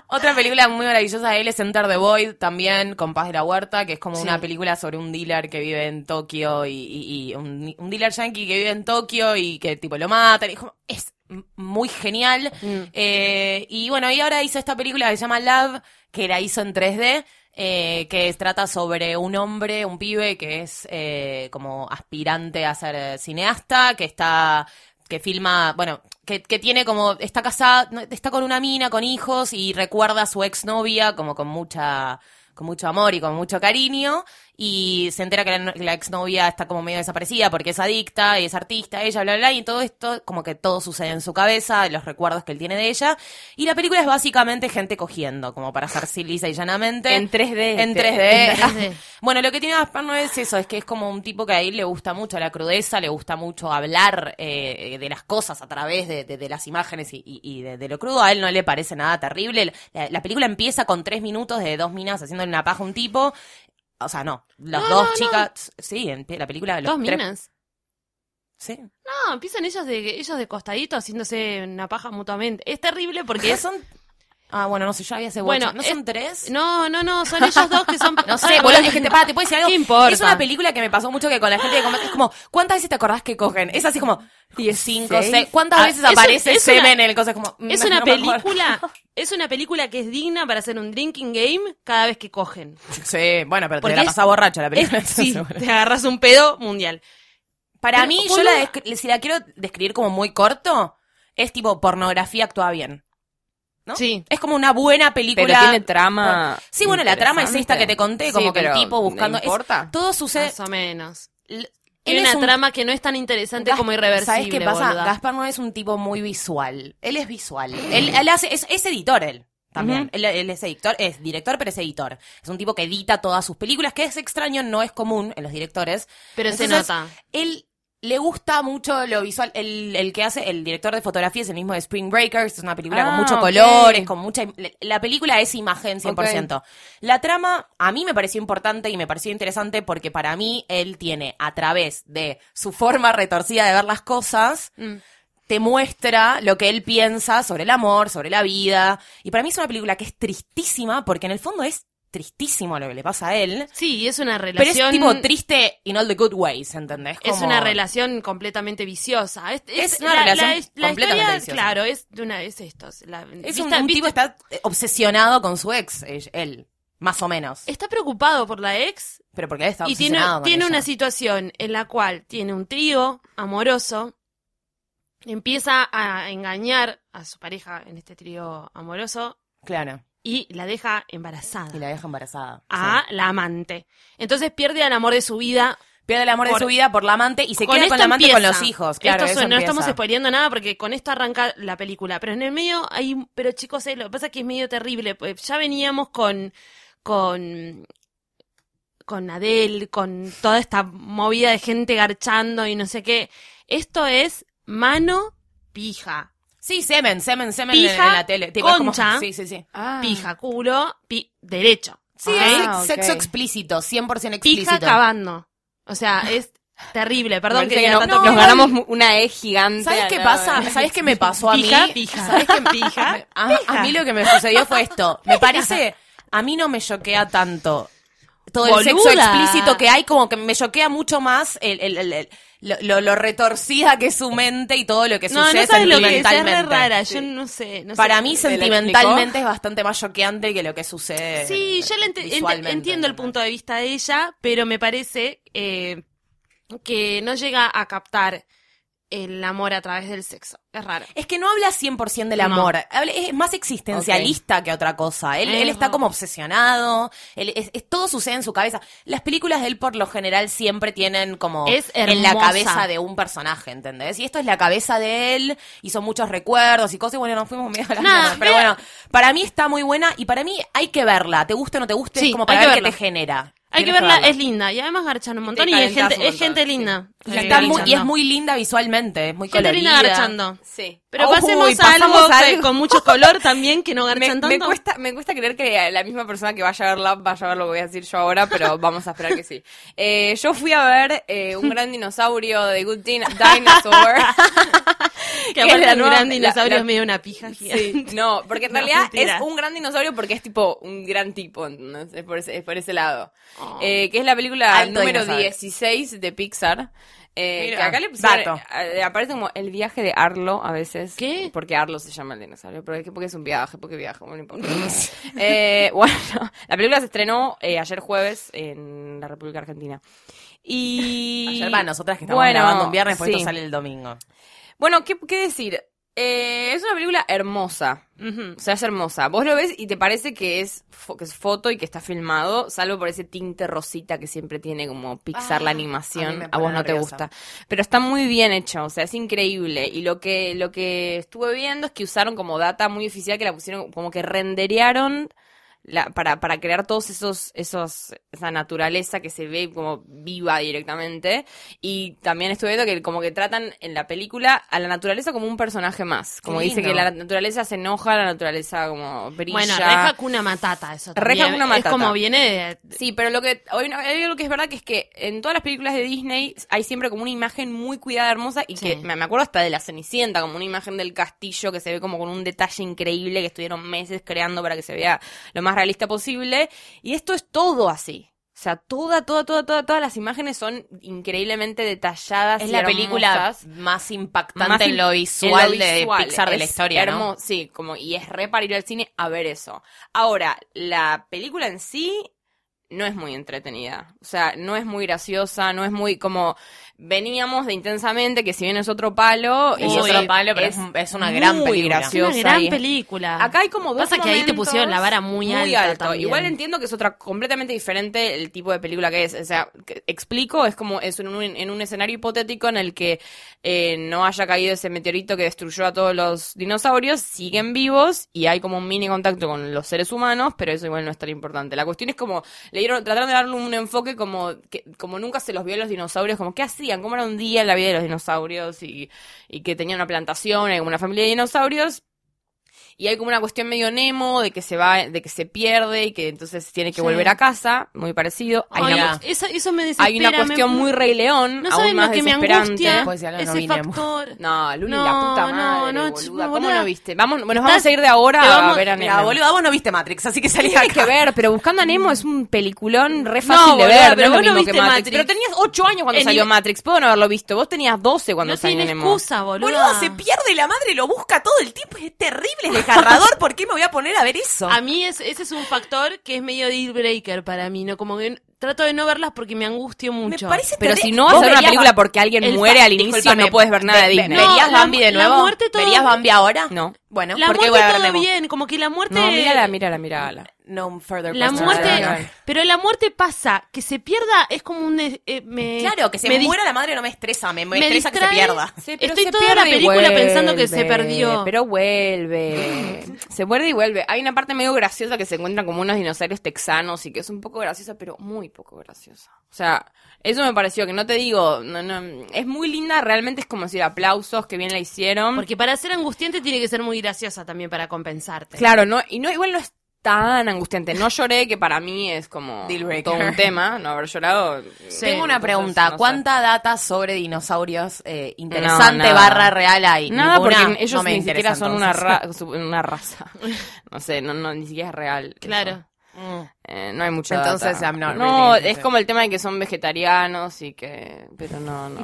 S3: Otra película muy maravillosa de él es Enter the Void, también con Paz de la Huerta, que es como
S1: Sí.
S3: una película sobre un dealer que vive en Tokio y, y- y un, un dealer yankee que vive en Tokio y que tipo lo matan. y Es, como- es m- muy genial. Eh, y bueno, y ahora hizo esta película que se llama Love, que la hizo en 3D. eh, que trata sobre un hombre, un pibe que es eh, como aspirante a ser eh, cineasta, que está que filma, bueno, que, que tiene como, está casada, no, está con una mina, con hijos y recuerda a su exnovia como con mucha, con mucho amor y con mucho cariño y se entera que la, la exnovia está como medio desaparecida porque es adicta y es artista, ella, bla, bla, bla, y todo esto, como que todo sucede en su cabeza, los recuerdos que él tiene de ella y la película es básicamente gente cogiendo, como para hacer sí, lisa y llanamente.
S2: En 3D.
S3: En 3D.
S2: este.
S1: En 3D.
S3: bueno, lo que tiene Gaspar no es eso, es que es como un tipo que a él le gusta mucho la crudeza, le gusta mucho hablar eh, de las cosas a través de, de- de las imágenes y, y- y de, de lo crudo. A él no le parece nada terrible. La, la película empieza con tres minutos de dos minas haciéndole una paja a un tipo. O sea, no, las
S1: No,
S3: dos
S1: no, no.
S3: chicas. Sí, en la película. Los
S1: Dos
S3: tres-
S1: minas.
S3: Sí.
S1: No, empiezan ellos de, ellos de costadito haciéndose una paja mutuamente. Es terrible porque
S3: Que
S1: eso.
S3: son. Ah, bueno, no sé, yo había ese
S1: Bueno,
S3: boche. ¿No son
S1: es-
S3: tres?
S1: No, no, no, son ellos dos que son.
S3: No sé, boludo, es que te, para, te puedo decir algo.
S1: ¿Qué importa?
S3: Es una película que me pasó mucho que con la gente de combate es como, ¿cuántas veces te acordás que cogen? Es así como, 5, 6. ¿Cuántas
S1: Ah,
S3: veces
S1: es un-
S3: aparece
S1: es una-
S3: semen en el cosa? Es como, mm,
S1: Es una
S3: no me acuerdo.
S1: película. Es una película que es digna para hacer un drinking game cada vez que cogen.
S3: Sí, bueno, pero
S1: Porque
S3: te la
S1: es-
S3: pasás borracha la película.
S1: Es- sí,
S3: seguro.
S1: te agarras un pedo mundial.
S3: Para
S1: Pero,
S3: mí, yo
S1: boludo.
S3: la descri- si la quiero describir como muy corto, es tipo pornografía actúa bien. ¿No?
S1: Sí.
S3: Es como una buena película.
S2: Pero tiene trama.
S3: Ah. Sí, bueno, la trama es esta que
S2: interesante.
S3: te conté, como
S2: Sí,
S3: que el
S2: pero
S3: tipo
S2: ¿le
S3: buscando. es-
S2: importa?
S3: todo sucede.
S1: Más o menos.
S3: l- él
S1: Tiene
S3: es
S1: Ah, una
S3: un-
S1: trama que no es tan interesante
S3: Gas-
S1: como irreversible.
S3: ¿Sabes qué pasa?
S1: boluda.
S3: Gaspar no es un tipo muy visual. Él es visual. él, él hace, es, es editor él. También, él, él es editor, es director, pero es editor. Es un tipo que edita todas sus películas, que es extraño, no es común en los directores.
S1: Pero se
S3: Entonces,
S1: nota.
S3: Él le gusta mucho lo visual. El, el que hace, el director de fotografía es el mismo de Spring Breakers. Es una película con
S2: Ah,
S3: muchos
S2: ok.
S3: colores, con mucha. La película es imagen 100%. La trama a mí me pareció importante y me pareció interesante porque para mí él tiene, a través de su forma retorcida de ver las cosas,
S2: Mm.
S3: te muestra lo que él piensa sobre el amor, sobre la vida. Y para mí es una película que es tristísima porque en el fondo es tristísimo lo que le pasa a él.
S1: Sí, y es una
S3: Pero
S1: relación.
S3: es tipo triste in all the good ways, ¿entendés?
S1: Es
S3: Como-
S1: una relación completamente viciosa. Es,
S3: Es una relación completamente
S1: historia,
S3: viciosa.
S1: Claro, es de una es esto. es la-
S3: Es
S1: vista-
S3: un, un tipo
S1: vista-
S3: está eh, obsesionado con su ex, eh, él, más o menos.
S1: está preocupado por la ex
S3: Pero porque él está
S1: y tiene,
S3: obsesionado con
S1: tiene
S3: ella.
S1: una situación en la cual tiene un trío amoroso, empieza a engañar a su pareja en este trío amoroso
S3: Claro,
S1: y la deja embarazada
S3: y la deja embarazada.
S1: a
S2: Ah.
S3: sí.
S1: la amante. Entonces pierde al amor de su vida.
S3: Pierde el amor
S1: Por-
S3: de su vida por la amante y se queda
S1: esto
S3: con la amante con
S1: empieza.
S3: los hijos. Claro,
S1: Esto
S3: eso
S1: son- no
S3: empieza.
S1: estamos spoileando nada porque con esto arranca la película. Pero en el medio hay... un- Pero chicos, eh, lo que pasa es que es medio terrible. pues Ya veníamos con... con con Adele, con toda esta movida de gente garchando y no sé qué. Esto es mano pija.
S3: Sí, semen, semen, semen en-
S1: Pija,
S3: en la tele. Tipo, es como-
S1: concha.
S3: Sí, sí, sí.
S2: Ah.
S1: Pija, culo, pi- derecho.
S3: Sí,
S1: ¿ok?
S3: es
S2: Ah,
S3: sex- sexo
S2: ok.
S3: explícito, 100% explícito.
S1: Pija cavando. O sea, es terrible. Perdón que,
S2: Parece
S1: diga
S2: no-
S1: tanto
S2: nos
S1: pija.
S2: ganamos mu- una E gigante.
S3: ¿Sabes
S2: al
S3: qué
S2: lado
S3: pasa?
S2: de-
S3: ¿Sabes qué me pasó a mí?
S1: Pija, pija.
S3: ¿Sabes qué pija? A, a mí lo que me sucedió fue esto. Me parece, a mí no me choquea tanto todo el sexo
S1: Boluda.
S3: explícito que hay, como que me choquea mucho más el, el- el- el- lo, lo- lo retorcida que es su mente y todo lo que
S1: No,
S3: sucede
S1: no sabes lo que es, es
S3: sentimentalmente.
S1: re rara. Yo no sé. no sé.
S3: Para mí,
S2: ¿Te la explicó?
S3: sentimentalmente es bastante más choqueante que lo que sucede.
S1: Sí, yo la ente- ente-
S3: visualmente,
S1: entiendo el
S3: ¿entendés?
S1: punto de vista de ella, pero me parece eh, que no llega a captar el amor a través del sexo. Es raro.
S4: Es que no habla 100% del
S1: No.
S4: amor. Habla- Es más existencialista que otra cosa. Él,
S1: Eh,
S4: él está
S1: no.
S4: como obsesionado. Él, es- es- todo sucede en su cabeza. Las películas de él, por lo general, siempre tienen como.
S1: Es
S4: en la
S1: hermosa.
S4: cabeza de un personaje, ¿entendés? Y esto es la cabeza de él. Y son muchos recuerdos y cosas. Y bueno, nos fuimos medio a la
S1: Nada,
S4: mierda. Pero
S1: vea-
S4: bueno, para mí está muy buena y para mí hay que verla. Te guste o no te guste,
S1: Sí,
S4: es como para
S1: hay
S4: ver
S1: que
S4: qué te
S1: verla.
S4: genera.
S1: Hay que
S4: Tienes
S1: verla, es linda. Y además garchan un montón y, es,
S2: calentás
S1: gente,
S2: un
S1: es
S2: montón,
S1: gente
S2: sí.
S1: linda.
S4: Y,
S1: Gente
S4: está muy, y es
S1: garchando.
S4: muy linda visualmente, es muy
S1: Gente linda
S4: colorida.
S1: garchando.
S2: Sí. Oh,
S1: Pero
S2: Uy,
S1: pasemos a
S2: pasamos
S1: algo,
S2: a
S1: que-
S2: algo.
S1: con mucho color también, que no
S2: Me,
S1: garchan
S2: me
S1: tanto.
S2: cuesta, me cuesta creer que la misma persona que vaya a verla vaya a ver lo que voy a decir yo ahora, pero vamos a esperar que sí. Eh, yo fui a ver eh, un gran dinosaurio de Good Din- Dinosaur.
S1: que aparte
S2: es la
S1: el
S2: nueva-
S1: gran
S2: la-
S1: dinosaurio
S2: la-
S1: es medio una pija
S2: Sí,
S1: gigante.
S2: no, porque en
S1: No,
S2: realidad
S1: mentira.
S2: es un gran dinosaurio porque es tipo un gran tipo, ¿no? es, por ese, es por ese lado. Eh, que es la película
S4: Alto
S2: número
S4: dinosaurio.
S2: 16 de Pixar. eh,
S4: Mira,
S2: que acá le pusieron-
S4: dato.
S2: eh, aparece como el viaje de Arlo a veces.
S1: ¿Qué?
S2: Porque Arlo se llama el dinosaurio. Porque, porque es un viaje, porque viaja, bueno, no importa. Eh, bueno, la película se estrenó eh, ayer jueves en la República Argentina. Y.
S4: Ayer para nosotras que estamos
S2: Bueno,
S4: grabando un viernes, porque
S2: sí.
S4: esto sale el domingo.
S2: Bueno, ¿qué, qué decir? Eh, es una película hermosa.
S1: Ujú.
S2: O sea, es hermosa. Vos lo ves y te parece que es, fo- que es foto y que está filmado, salvo por ese tinte rosita que siempre tiene como Pixar la
S4: Ah, a mí
S2: animación.
S4: me
S2: A, vos
S4: pone
S2: no te
S4: nerviosa.
S2: gusta. Pero está muy bien hecho, o sea, es increíble. Y lo que, lo que estuve viendo es que usaron como data muy oficial que la pusieron, como que renderearon la, para, para crear todos esos, esos, esa naturaleza que se ve como viva directamente. Y también estuve viendo que como que tratan en la película a la naturaleza como un personaje más. Como
S4: Qué
S2: dice que
S4: lindo.
S2: la naturaleza se enoja, la naturaleza como brilla.
S1: Bueno, reja cuna matata, eso
S2: Re
S1: también.
S2: Hakuna Matata.
S1: Es como viene de...
S2: Sí, pero lo que hoy no- hay algo que es verdad que es que en todas las películas de Disney hay siempre como una imagen muy cuidada, hermosa y
S1: Sí.
S2: que me me acuerdo hasta de la Cenicienta, como una imagen del castillo que se ve como con un detalle increíble que estuvieron meses creando para que se vea lo más realista posible y esto es todo así. O sea, toda, toda, toda, toda, todas las imágenes son increíblemente detalladas.
S4: Es
S2: y
S4: la película
S2: hermosas.
S4: más impactante
S2: Más
S4: en
S2: im-
S4: lo visual
S2: en lo
S4: de
S2: visual.
S4: Pixar de la
S2: Es
S4: historia, ¿no?
S2: hermo- Sí, como, y es re para ir al cine a ver eso. Ahora, la película en sí no es muy entretenida. O sea, no es muy graciosa, no es muy como... Veníamos de Intensamente, que si bien es otro palo...
S4: Y
S2: es-
S4: otro palo, pero es, un- es una gran
S2: muy
S4: película.
S1: Es una
S2: graciosa
S1: gran
S2: y-
S1: película.
S2: Acá hay como dos
S1: Pasa que ahí te
S2: momentos
S1: pusieron la vara muy alta también.
S2: Igual entiendo que es otra completamente diferente el tipo de película que es. O sea, que- explico, es como es en un, en un escenario hipotético en el que eh, no haya caído ese meteorito que destruyó a todos los dinosaurios, siguen vivos y hay como un mini contacto con los seres humanos, pero eso igual no es tan importante. La cuestión es como le dieron, trataron de darle un enfoque como que como nunca se los vio a los dinosaurios, como qué hacían, cómo era un día en la vida de los dinosaurios y, y que tenían una plantación, como una familia de dinosaurios, y hay como una cuestión medio Nemo de que se va, de que se pierde y que entonces tiene que
S1: Sí.
S2: volver a casa, muy parecido. Hay,
S1: Ay,
S2: una,
S4: una-
S1: eso, eso me desespera.
S2: hay una
S1: me-
S2: cuestión muy Rey León,
S1: No
S2: aún
S1: saben
S2: más
S1: lo que me
S2: desesperante. Pues,
S1: angustia
S4: Después de hablar, no
S1: ese
S4: vine, amor.
S1: factor.
S2: No, Luli,
S1: No,
S2: la puta
S1: no,
S2: madre,
S1: no, ch-
S2: boluda. ¿Cómo
S1: boluda.
S2: no viste? Vamos, bueno, nos
S1: Estás-
S2: vamos a ir de ahora
S1: te
S2: a
S1: vamos-
S2: ver a Nemo.
S4: Mira, boluda, vos no viste Matrix, así que salí
S2: Tiene que
S4: acá.
S2: ver, pero Buscando a Nemo es un peliculón re fácil de
S1: boluda,
S2: ver,
S1: pero
S2: no es
S1: vos
S2: lo
S1: no
S2: mismo que
S1: viste
S2: Matrix.
S1: Matrix.
S2: Pero tenías 8 años cuando
S1: En-
S2: salió Matrix, puedo no haberlo visto. Vos tenías 12 cuando
S1: No
S2: salió
S1: tiene
S2: Nemo.
S1: excusa, boluda.
S4: Boludo, se pierde y la madre lo busca todo el tiempo. Es terrible, es desgarrador. ¿Por qué me voy a poner a ver eso?
S1: A mí es- ese es un factor que es medio deal breaker para mí, ¿no? Como que trato de no verlas porque me angustio mucho.
S4: parece
S2: Pero
S4: terrible.
S2: si no vas a
S4: Vos
S2: ver una
S4: verías-
S2: película porque alguien
S1: el
S2: muere
S1: fa-
S2: al inicio,
S4: Discúlpame,
S2: no puedes ver nada de
S4: ve- ve-
S2: Disney.
S4: ¿Verías
S1: No, la-
S4: Bambi de
S1: la
S4: nuevo?
S1: muerte todo-
S4: ¿Verías Bambi ahora?
S2: No.
S4: Bueno,
S1: La
S4: ¿por
S1: muerte
S4: qué voy a ver
S1: todo
S4: Nemo?
S1: bien, como que la muerte...
S2: No, mírala, mírala, mírala.
S4: No further
S1: La
S2: pues,
S4: questions.
S1: muerte...
S2: Claro, claro.
S1: Pero la muerte pasa, que se pierda es como un... eh, eh, me-
S4: Claro, que se
S1: me dis-
S4: muera la madre no me estresa, me, me
S1: me
S4: estresa que se
S1: distrae.
S4: pierda.
S2: Sí, pero
S1: Estoy
S2: se
S1: toda la
S2: pierde y
S1: película pensando que se
S2: vuelve,
S1: perdió.
S2: Pero vuelve. se muerde y vuelve. Hay una parte medio graciosa que se encuentran como unos dinosaurios texanos y que es un poco graciosa, pero muy poco graciosa. O sea, eso me pareció que no te digo, no, no, es muy linda, realmente es como decir aplausos, que bien la hicieron.
S1: Porque para ser angustiante tiene que ser muy graciosa también para compensarte.
S2: Claro, no, y no, igual no es tan angustiante. No lloré, que para mí es como
S4: Deal breaker.
S2: todo un tema, no haber llorado.
S1: Sí,
S4: Tengo una
S2: entonces,
S4: pregunta.
S2: no sé.
S4: ¿Cuánta data sobre dinosaurios eh, interesante
S2: nada.
S4: barra real hay?
S2: Nada,
S4: Ninguna.
S2: porque ellos
S4: No me
S2: ni
S4: interesa,
S2: siquiera son una,
S4: entonces.
S2: ra- su- una raza. No sé, no, no, ni siquiera es real.
S1: Claro.
S4: Mm.
S2: Eh, no hay mucha
S4: Entonces,
S2: data.
S4: I'm not
S2: No,
S4: really
S2: es
S4: interested.
S2: como el tema de que son vegetarianos y que... Pero no, no.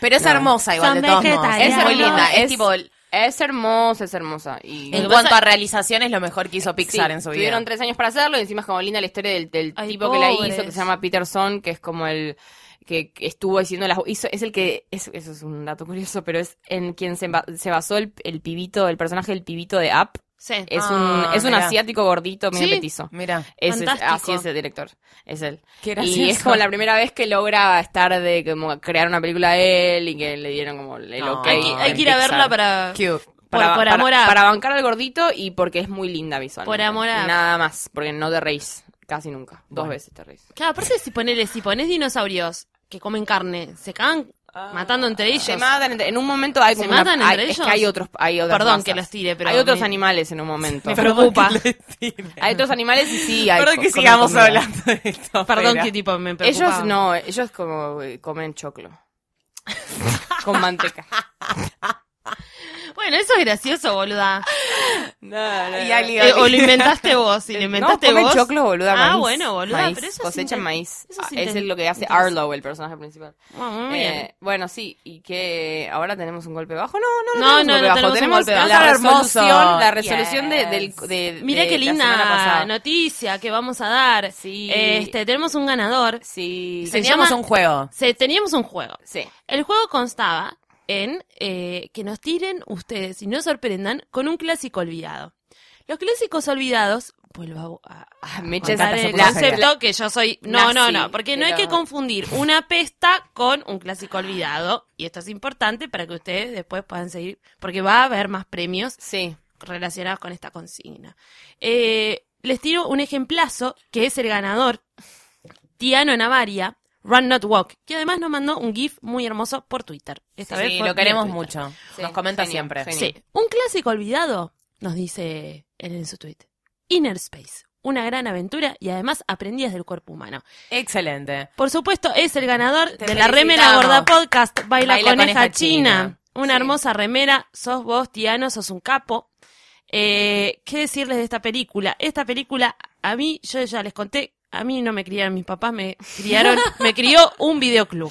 S4: Pero es
S2: No.
S4: hermosa igual
S1: Son
S4: de todos modos. Es
S1: vegetarianos.
S4: muy linda. Es,
S2: Es-
S4: tipo,
S2: Es hermosa, es hermosa. Y...
S4: en
S1: que
S4: cuanto
S1: pasa-
S4: a realizaciones, lo mejor que hizo Pixar
S2: Sí,
S4: en su vida.
S2: Tuvieron tres años para hacerlo y encima es como linda la historia del, del
S1: Ay,
S2: tipo que la hizo,
S1: pobres.
S2: que se llama Peterson, que es como el que estuvo haciendo las hizo, es el que es- eso es un dato curioso, pero es en quien se, ba- se basó el, el pibito, el personaje del pibito de App.
S1: Sí.
S2: Es
S3: Ah,
S2: un es un
S3: mirá.
S2: asiático gordito, medio
S1: Sí.
S2: petizo.
S3: Mira,
S2: Ese Es,
S1: Fantástico.
S2: así es el director, es él.
S3: qué
S2: Y es como la primera vez que logra estar de como crear una película él y que le dieron como el
S3: No,
S2: ok.
S3: hay
S1: Y
S3: que-
S1: hay
S2: en
S1: que ir a
S2: Pixar.
S1: verla para.
S3: Cute.
S1: por- por amor a-
S2: para bancar al gordito y porque es muy linda visualmente.
S1: Por amor a-
S2: Nada más, porque no te reís casi nunca. Dos
S3: Bueno.
S2: veces te reís.
S1: Claro, aparte si ponele, si pones dinosaurios que comen carne, se cagan
S2: Ah.
S1: matando entre ellos.
S2: Se matan entre- en un momento hay
S1: ¿Se
S2: como una-
S1: matan entre
S2: hay-
S1: ellos?
S2: Es que hay otros hay otras
S1: Perdón
S2: razas.
S1: que los tire, pero
S2: hay otros
S1: me-
S2: animales en un momento.
S1: Me preocupa.
S2: Hay otros animales y sí hay.
S3: Perdón que
S2: comen
S3: sigamos
S2: comida.
S3: hablando de esto.
S1: Perdón
S3: Fera.
S1: que tipo me preocupa.
S2: Ellos no, ellos como eh, comen choclo. Con manteca.
S1: Bueno, eso es gracioso, boluda.
S3: Y Ali,
S1: Eh,
S3: Ali.
S1: o lo inventaste vos, y lo inventaste
S2: no, comen
S1: vos.
S2: choclo, boluda,
S1: Ah,
S2: maíz,
S1: bueno, boluda,
S2: maíz,
S1: pero eso es
S2: cosechan
S1: inter-
S2: maíz.
S1: eso es
S2: Ah, es
S1: inter-
S2: lo que hace
S1: interesante.
S2: Arlo, el personaje principal.
S1: Ah, muy bien.
S2: Eh, bueno, sí, y que ahora tenemos un golpe bajo. No, no,
S1: No,
S2: no,
S1: no, no
S2: tenemos un golpe bajo.
S1: un
S2: La
S3: golpe bajo.
S2: resolución, la
S3: Yes.
S2: resolución de, del, de-
S1: Mira
S2: de
S1: qué
S2: la semana
S1: linda
S2: pasada.
S1: noticia que vamos a dar.
S2: Sí.
S1: Este, tenemos un ganador.
S2: Sí,
S1: Se
S3: Teníamos
S1: llama-
S3: un juego.
S1: Se- teníamos un juego.
S2: sí.
S1: El juego constaba en eh, que nos tiren ustedes y nos sorprendan con un clásico olvidado. Los clásicos olvidados, vuelvo a, a-
S2: Ah,
S1: a
S2: me echa
S1: contar
S2: esa
S1: el
S2: cosa.
S1: concepto que yo soy... No, no,
S2: Nazi,
S1: no, porque no hay
S2: pero-
S1: que confundir una pesta con un clásico olvidado. Y esto es importante para que ustedes después puedan seguir, porque va a haber más premios
S2: Sí.
S1: relacionados con esta consigna. Eh, les tiro un ejemplazo que es el ganador, Tiano Navaria, Run Not Walk, que además nos mandó un GIF muy hermoso por Twitter. Esta vez
S3: Sí,
S1: fue
S3: lo queremos
S1: vía Twitter.
S3: mucho.
S2: Sí,
S3: Nos comenta
S2: genio,
S3: siempre.
S2: genio.
S1: Sí, un clásico olvidado, nos dice él en su tweet. Inner Space, una gran aventura y además aprendías del cuerpo humano.
S3: Excelente.
S1: Por supuesto, es el ganador
S3: Te
S1: de la
S3: felicitamos.
S1: remera Gorda Podcast, Baila,
S3: Baila
S1: Coneja,
S3: Coneja
S1: China.
S3: China.
S1: Una
S2: Sí.
S1: hermosa remera, sos vos, Tiano, sos un capo. Eh, ¿Qué decirles de esta película? Esta película, a mí, yo ya les conté, a mí no me criaron mis papás, me criaron, me crió un videoclub.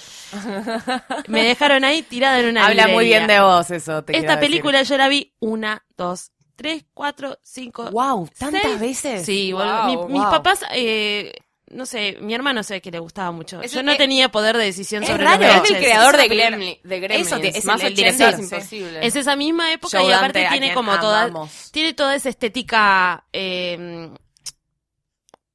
S1: Me dejaron ahí tirada en una
S3: Habla muy bien de vos eso. Te
S1: Esta película yo la vi una, dos, tres, cuatro, cinco,
S3: Wow, tantas
S1: Seis-
S3: veces.
S1: Sí,
S2: Wow,
S1: boludo. Mi-
S2: wow.
S1: mis papás, eh, no sé, mi hermano sé que le gustaba mucho.
S2: Es
S1: Yo
S2: un-
S1: no
S2: eh,
S1: tenía poder de decisión
S3: es
S1: sobre
S3: raro.
S1: los
S2: Es
S1: noches.
S2: el creador
S3: Esa
S2: de,
S3: película-
S2: Gremlin, de Gremlins.
S3: Eso te- es
S2: más
S3: el
S2: 80
S3: director,
S2: es
S3: sí.
S2: imposible.
S1: Es esa misma época
S3: Joe
S1: y aparte
S3: Dante, a
S1: tiene
S3: quien
S1: como toda,
S3: amamos.
S1: tiene toda esa estética eh,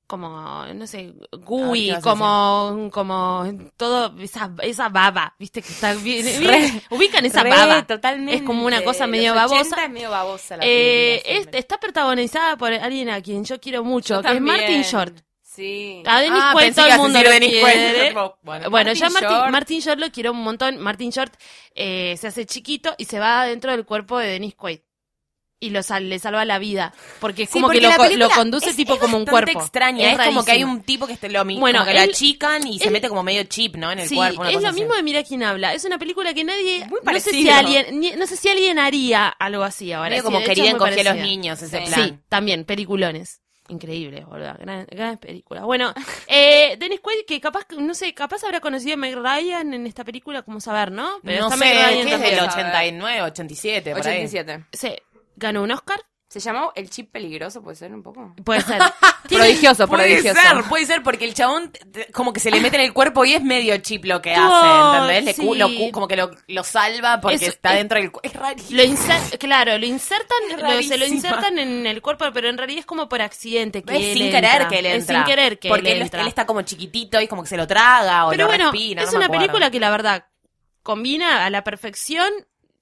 S1: como, no sé,
S3: Ahorita vas
S1: gooey,
S3: a
S1: como, como todo, esa, esa baba, viste que está bien,
S2: Re-
S1: ubican esa
S2: Re,
S1: baba.
S2: totalmente.
S1: Es como una cosa
S2: Los
S1: medio
S2: 80
S1: babosa.
S2: Es medio babosa la
S1: Eh,
S2: película,
S1: es-
S2: siempre.
S1: está protagonizada por alguien a quien yo quiero mucho,
S2: Yo
S1: que es Martin
S2: también.
S1: Short.
S2: Sí.
S1: A Dennis
S3: Ah,
S1: Quaid
S3: pensé
S1: todo
S3: que ibas
S1: el
S3: a
S1: mundo
S3: decir
S1: lo
S3: Dennis
S1: quiere.
S3: Quaid. Tipo,
S1: Bueno,
S3: bueno,
S1: ya
S2: Martin
S1: Martin,
S2: Short.
S1: Martin Short lo quiero un montón. Martin Short eh, se hace chiquito y se va dentro del cuerpo de Dennis Quaid. Y lo sal- le salva la vida. Porque es
S3: Sí,
S1: como
S3: porque
S1: que lo,
S3: la
S1: co- lo
S3: película
S1: conduce
S3: es-
S1: tipo
S3: es
S1: como un
S3: bastante
S1: cuerpo.
S3: extraña, es, como que hay
S1: rarísimo.
S3: un tipo que este lo mismo,
S1: Bueno,
S3: como que la
S1: él-
S3: achican y se
S1: él-
S3: mete como medio chip, ¿no? En el
S1: Sí,
S3: cuerpo. una
S1: es
S3: cosa
S1: lo
S3: así.
S1: mismo de Mira quién habla. Es una película que nadie.
S2: Muy
S1: no sé si
S2: parecido.
S1: alguien, ni- no sé si alguien haría algo así ahora.
S3: Medio
S1: Sí,
S3: como
S1: de hecho,
S3: querida
S1: es muy
S3: encoger a los
S1: parecida.
S3: niños, ese
S2: Sí.
S3: plan.
S1: Sí, también, peliculones. Increíbles, boludo. Gran, gran película. Bueno, eh, Dennis Quaid, que capaz, no sé, capaz habrá conocido a Meg Ryan en esta película, como saber, ¿no?
S3: no
S1: está
S3: sé,
S1: Meg Ryan
S3: ¿qué es
S1: también.
S3: del
S2: tampoco.
S3: 89, 87, por ahí.
S2: 87.
S1: Se- ganó un Oscar,
S2: ¿Se llamó El Chip Peligroso? ¿Puede ser un poco?
S1: puede ser. Tiene-
S2: Prodigioso,
S3: Puede
S2: prodigioso.
S3: ser, puede ser, porque el chabón te- te- como que se le mete en el cuerpo y es medio chip lo que
S1: Tuvo-
S3: hace, ¿entendés? Le cu-
S1: sí. eh,
S3: lo cu- como que lo, lo salva porque
S1: Es-
S3: está
S1: es-
S3: dentro del cuerpo. Es rarísimo.
S1: Lo inser- claro, lo insertan,
S3: Es
S1: lo- se lo
S3: rarísima.
S1: insertan en el cuerpo, pero en realidad es como por accidente que
S3: Es
S1: él
S3: sin
S1: entra.
S3: querer que él
S1: Es
S3: entra.
S1: sin querer que
S3: Porque
S1: él
S3: él,
S1: entra.
S3: él está como chiquitito y como que se lo traga o
S1: Pero
S3: lo
S1: bueno,
S3: respira. no
S1: es
S3: me
S1: una
S3: acuerdo.
S1: película que la verdad combina a la perfección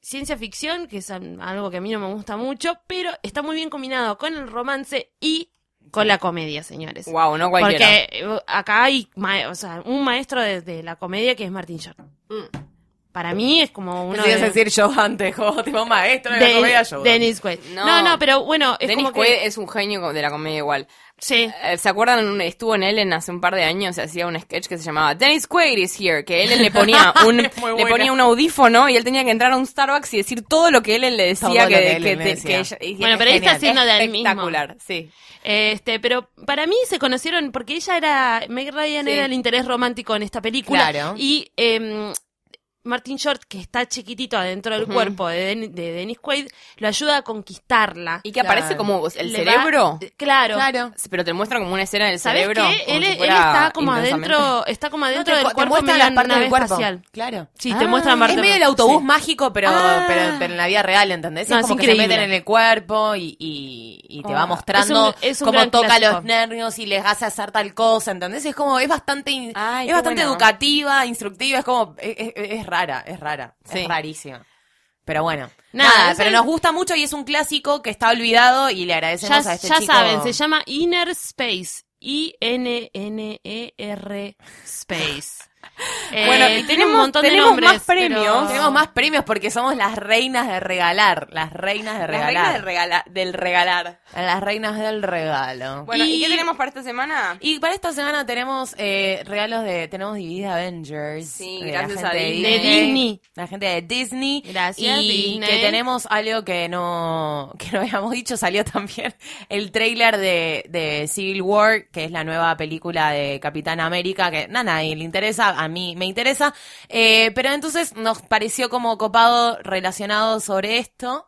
S1: ciencia ficción, que es am- algo que a mí no me gusta mucho, pero está muy bien combinado con el romance y con la comedia, señores.
S2: Wow, no cualquiera.
S1: Porque eh, acá hay ma- o sea, un maestro de, de la comedia que es Martin Short. Para mí es como
S3: Pensé Mm.
S1: uno
S3: que
S1: de,
S3: ibas a decir yo antes, como tipo maestro de,
S1: de-
S3: la comedia yo.
S1: Dennis Quaid. No.
S2: No.
S1: no, pero bueno, es
S2: Dennis
S1: como que-
S2: Quaid es un genio de la comedia igual.
S1: sí.
S2: Eh, ¿Se acuerdan? Un- Estuvo en Ellen hace un par de años, hacía un sketch que se llamaba Dennis Quaid is here, que Ellen le ponía un
S3: Es muy
S2: le
S3: buena.
S2: ponía un audífono y él tenía que entrar a un Starbucks y decir todo lo que Ellen le
S3: Todo
S2: decía
S3: lo
S2: que,
S3: que Ellen le
S2: que- que-
S3: decía.
S2: que ella- y
S1: Bueno,
S2: es
S1: pero él está
S2: genial.
S1: haciendo de él mismo.
S2: espectacular, sí.
S1: Este, pero para mí se conocieron porque ella era, Meg Ryan
S2: Sí.
S1: era el interés romántico en esta película.
S3: Claro.
S1: Y em, Martin Short, que está chiquitito adentro del cuerpo de, Den- de Dennis Quaid, lo ayuda a conquistarla.
S2: Y que aparece
S4: Claro.
S2: como el
S1: Le va-
S2: cerebro.
S1: Claro.
S4: Claro.
S2: Sí, Pero te muestran como una escena del
S1: ¿Sabes
S2: cerebro.
S1: qué?
S2: como
S1: Él,
S2: si
S1: él
S2: fuera
S1: está como
S2: intensamente.
S1: adentro, está como adentro
S4: te,
S1: del
S4: cu- te
S1: cuerpo
S4: muestran
S1: medio
S4: las partes
S1: nave
S4: del cuerpo.
S1: espacial.
S4: Claro.
S1: Sí, te muestran parte
S4: Es medio el autobús mágico, pero,
S1: Ah.
S4: pero, pero en la vida real, ¿entendés?
S1: No,
S4: es
S1: es
S4: como que se
S1: increíble.
S4: meten en el cuerpo y, y- y te
S1: Ah.
S4: va mostrando
S1: Es un- es un
S4: cómo
S1: gran
S4: toca
S1: clásico.
S4: los nervios y les hace hacer tal cosa, ¿entendés? Es como, es bastante, in-
S2: Ay, qué
S4: es bastante
S2: bueno.
S4: educativa, instructiva, es como, es, es- es rara, es rara,
S2: Sí.
S4: es rarísima. Pero bueno,
S1: Nada,
S4: nada,
S1: esa
S4: pero
S1: es-
S4: nos gusta mucho y es un clásico que está olvidado y le agradecemos a
S1: Ya,
S4: este
S1: ya
S4: chico.
S1: saben, se llama Inner Space. I-N-N-E-R E Space. Eh,
S2: Bueno, y tenemos- tenemos más premios.
S1: pero-
S4: Tenemos más premios porque somos las reinas de regalar, las reinas de
S2: Las
S4: regalar.
S2: reglas del, regala- del regalar.
S4: A las reinas del regalo.
S2: Bueno, ¿y,
S1: Y-
S2: qué tenemos para esta semana?
S4: y para esta semana tenemos eh, regalos de. Tenemos DVD Avengers.
S2: Sí,
S4: de la
S2: gracias a
S4: gente de
S2: Disney.
S1: De Disney.
S4: La gente de Disney.
S1: Gracias,
S4: Y
S1: Disney.
S4: que tenemos algo que no, que no habíamos dicho, salió también el tráiler de, de Civil War, que es la nueva película de Capitán América, que nada, nadie le interesa, a mí me interesa. Eh, pero entonces nos pareció como copado relacionado sobre esto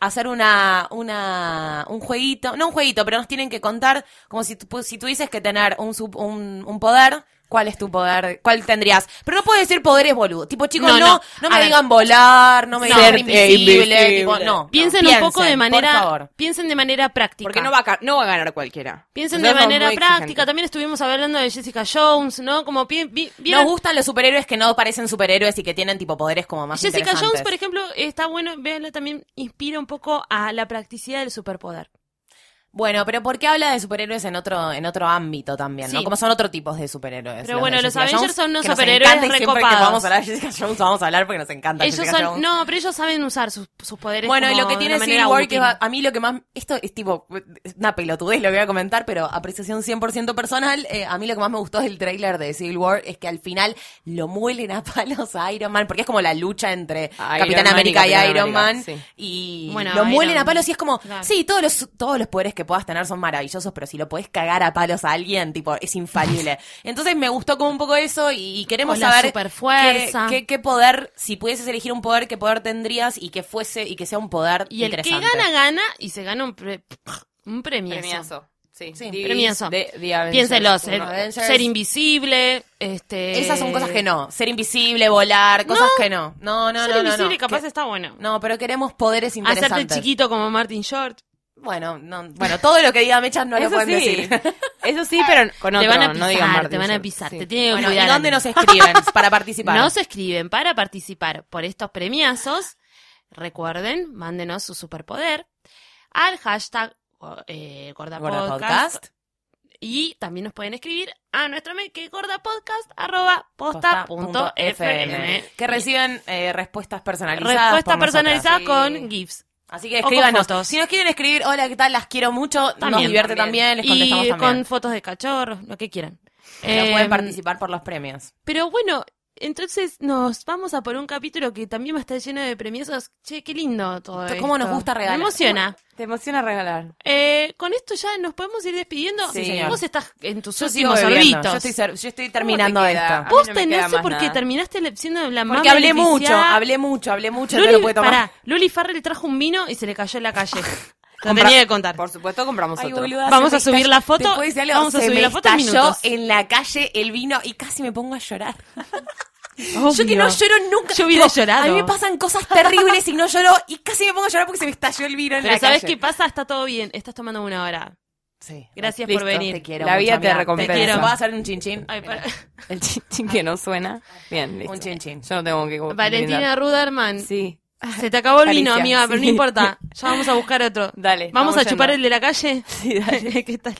S4: hacer una, una, un jueguito, no un jueguito, pero nos tienen que contar como si, tu- pues, si tuvieses que tener un, sup- un, un poder, ¿cuál es tu poder? ¿Cuál tendrías? Pero no puedes decir poderes boludo, tipo chicos,
S1: No,
S4: no,
S1: no.
S4: no,
S1: A
S4: me
S1: ver.
S4: digan volar, no me
S2: Ser,
S4: digan
S2: eh,
S4: invisible,
S2: invisible.
S4: tipo, no.
S1: Piensen
S4: no,
S1: un poco de
S4: por
S1: manera,
S4: favor.
S1: piensen de manera práctica.
S2: Porque no va, a, ca- no va a ganar cualquiera.
S1: Piensen de
S2: Nosotros somos
S1: manera
S2: muy
S1: práctica.
S2: exigentes.
S1: También estuvimos hablando de Jessica Jones, ¿no? Como pi- vi-
S4: Nos
S1: vieron-
S4: gustan los superhéroes que no parecen superhéroes y que tienen tipo poderes como más
S1: Jessica Jones,
S4: interesantes.
S1: por ejemplo, está bueno, véanla también, inspira un poco a la practicidad del superpoder.
S4: Bueno, pero ¿por qué habla de superhéroes en otro en otro ámbito también, no?
S1: Sí.
S4: Como son otro tipos de superhéroes.
S1: Pero
S4: de
S1: bueno, los
S4: Jessica
S1: Avengers
S4: Jones,
S1: son unos
S4: que nos
S1: superhéroes
S4: encanta y siempre que
S1: recopados.
S4: vamos a hablar de Jessica Jones vamos a hablar porque nos encanta
S1: Ellos
S4: Jessica
S1: son,
S4: Jones.
S1: no, pero ellos saben usar sus, sus poderes.
S4: Bueno, y
S1: como
S4: lo que
S1: de
S4: tiene
S1: una
S4: Civil
S1: manera
S4: War, que
S1: útil.
S4: va- a mí lo que más, esto es tipo, es una pelotudez lo que voy a comentar, pero apreciación 100% personal, eh, a mí lo que más me gustó del tráiler de Civil War es que al final lo muelen a palos a Iron Man, porque es como la lucha entre
S2: Iron
S4: Capitán
S2: Man y
S4: América y,
S2: Capitán
S4: Iron
S2: América,
S4: Man,
S2: sí.
S4: y
S1: Bueno,
S4: lo
S1: Iron
S4: muelen a
S1: Man.
S4: palos y es como,
S1: Claro.
S4: sí, todos los, todos los poderes que puedas tener son maravillosos, pero si lo podés cagar a palos a alguien, tipo, es infalible. Entonces me gustó como un poco eso y, y queremos
S1: O la
S4: saber
S1: superfuerza.
S4: qué- qué- qué poder, si pudieses elegir un poder, qué poder tendrías y que fuese y que sea un poder
S1: Y el que
S4: interesante.
S1: gana, gana y se gana un, pre- un premiazo.
S2: Premiazo. Sí,
S4: Sí,
S2: DVDs
S1: premiazo. eh,
S2: de The Avengers.
S1: Piénselo,
S2: Uno,
S1: ser,
S4: Avengers.
S1: ser invisible. Este...
S4: Esas son cosas que no, ser invisible, volar, cosas que no. No, no,
S1: ser
S4: no, no,
S1: invisible
S4: no.
S1: capaz
S4: Que-
S1: está bueno.
S4: No, pero queremos poderes
S1: Hacerte
S4: interesantes.
S1: chiquito como Martin Short.
S4: Bueno, no, bueno, todo lo que diga Mechas no lo
S2: Eso
S4: pueden
S2: sí.
S4: decir.
S2: Eso sí, pero con otro.
S1: te van a
S2: no digan
S1: pisar,
S2: Martin
S1: te van a
S2: Short.
S1: pisar.
S2: Sí.
S1: Te tienen que
S4: Bueno, ¿y
S1: cuidar.
S4: dónde nos escriben para participar?
S1: Nos escriben para participar por estos premiazos. Recuerden, mándenos su superpoder al hashtag eh,
S4: Gorda
S1: gordapodcast
S4: Podcast.
S1: y también nos pueden escribir a nuestro mail que es gordapodcast@posta.fm.
S4: Que reciben eh, respuestas personalizadas. por
S1: Respuesta
S4: nosotras.
S1: personalizada
S2: Sí.
S1: con GIFs.
S4: Así que
S1: O con
S4: escríbanos.
S1: fotos.
S4: Si nos quieren escribir, hola, ¿qué tal? Las quiero mucho. nos
S1: También.
S4: divierte
S2: También.
S4: también, les contestamos
S1: Y
S4: también.
S1: con fotos de cachorros, lo que quieran.
S4: Pero
S1: Eh,
S4: pueden participar por los premios.
S1: Pero bueno, entonces nos vamos a por un capítulo que también va a estar lleno de premiosos. Che, qué lindo todo esto.
S4: ¿Cómo nos gusta regalar?
S1: Me emociona.
S2: Te emociona regalar.
S1: Eh, con esto ya nos podemos ir despidiendo.
S4: Sí, señor.
S1: Vos estás en tus
S4: sigo
S1: últimos
S4: bebiendo.
S1: sorbitos.
S4: Yo estoy, ser- yo estoy terminando
S2: te queda?
S4: esto.
S2: A mí no
S1: Vos
S2: me
S1: te- no,
S2: queda
S1: sé
S2: más
S1: por qué
S2: nada.
S1: terminaste la opción de la más
S4: Porque hablé
S1: beneficiada.
S4: mucho, hablé mucho, hablé mucho.
S1: Luli,
S4: te lo puede tomar.
S1: pará, Luli Farrell trajo un vino y se le cayó en la calle. Lo
S2: Compra-
S1: tenía que contar.
S2: Por supuesto, compramos
S4: Ay,
S2: otro.
S4: boluda,
S1: Vamos
S4: se
S1: a
S4: me
S1: subir
S4: estall-
S1: la foto.
S4: ¿Te puedo decir algo?
S1: Vamos a
S4: Se
S1: subir
S4: me
S1: la foto en
S4: estalló
S1: minutos.
S4: en la calle el vino y casi me pongo a llorar.
S1: Obvio.
S4: Yo que no lloro nunca.
S1: Yo hubiera
S4: Tipo,
S1: llorado.
S4: A mí me pasan cosas terribles y no lloro y casi me pongo a llorar porque se me estalló el vino en
S1: Pero
S4: la
S1: ¿sabes qué
S4: calle.
S1: pasa? Está todo bien. Estás tomando una hora.
S4: Sí.
S1: Gracias
S2: Listo,
S1: por venir.
S4: Te quiero
S2: La
S4: mucho,
S2: vida te
S4: amiga.
S2: recompensa.
S4: Te quiero. ¿Vas a hacer un chin chin?
S1: Ay, para-
S2: El chinchín que no suena. Bien, listo.
S4: Un chin chin.
S2: Yo no tengo que
S1: Valentina Ruderman.
S2: Sí.
S1: Se te acabó el vino,
S2: Alicia,
S1: amiga, pero no
S2: sí.
S1: importa. Ya vamos a buscar otro.
S2: Dale, vamos
S1: ¿Vamos, a
S2: yendo.
S1: chupar el de la calle?
S2: Sí, dale.
S1: ¿Qué tal?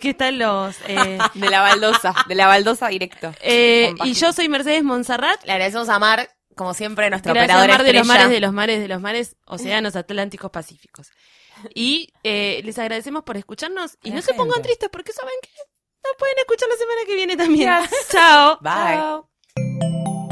S1: ¿Qué tal los...? eh,
S2: De la baldosa. De la baldosa directo.
S1: eh,
S2: Con
S1: y
S2: pajita.
S1: yo soy Mercedes Monserrat.
S4: Le agradecemos a Mar, como siempre, nuestro
S1: Gracias,
S4: operador
S1: Mar de los
S4: estrella.
S1: mares, de los mares, de los mares, océanos atlánticos pacíficos. Y eh, les agradecemos por escucharnos. Y
S4: La
S1: no se pongan
S4: gente.
S1: tristes porque saben que no pueden escuchar la semana que viene también. Chao.
S4: Bye.
S2: Chao.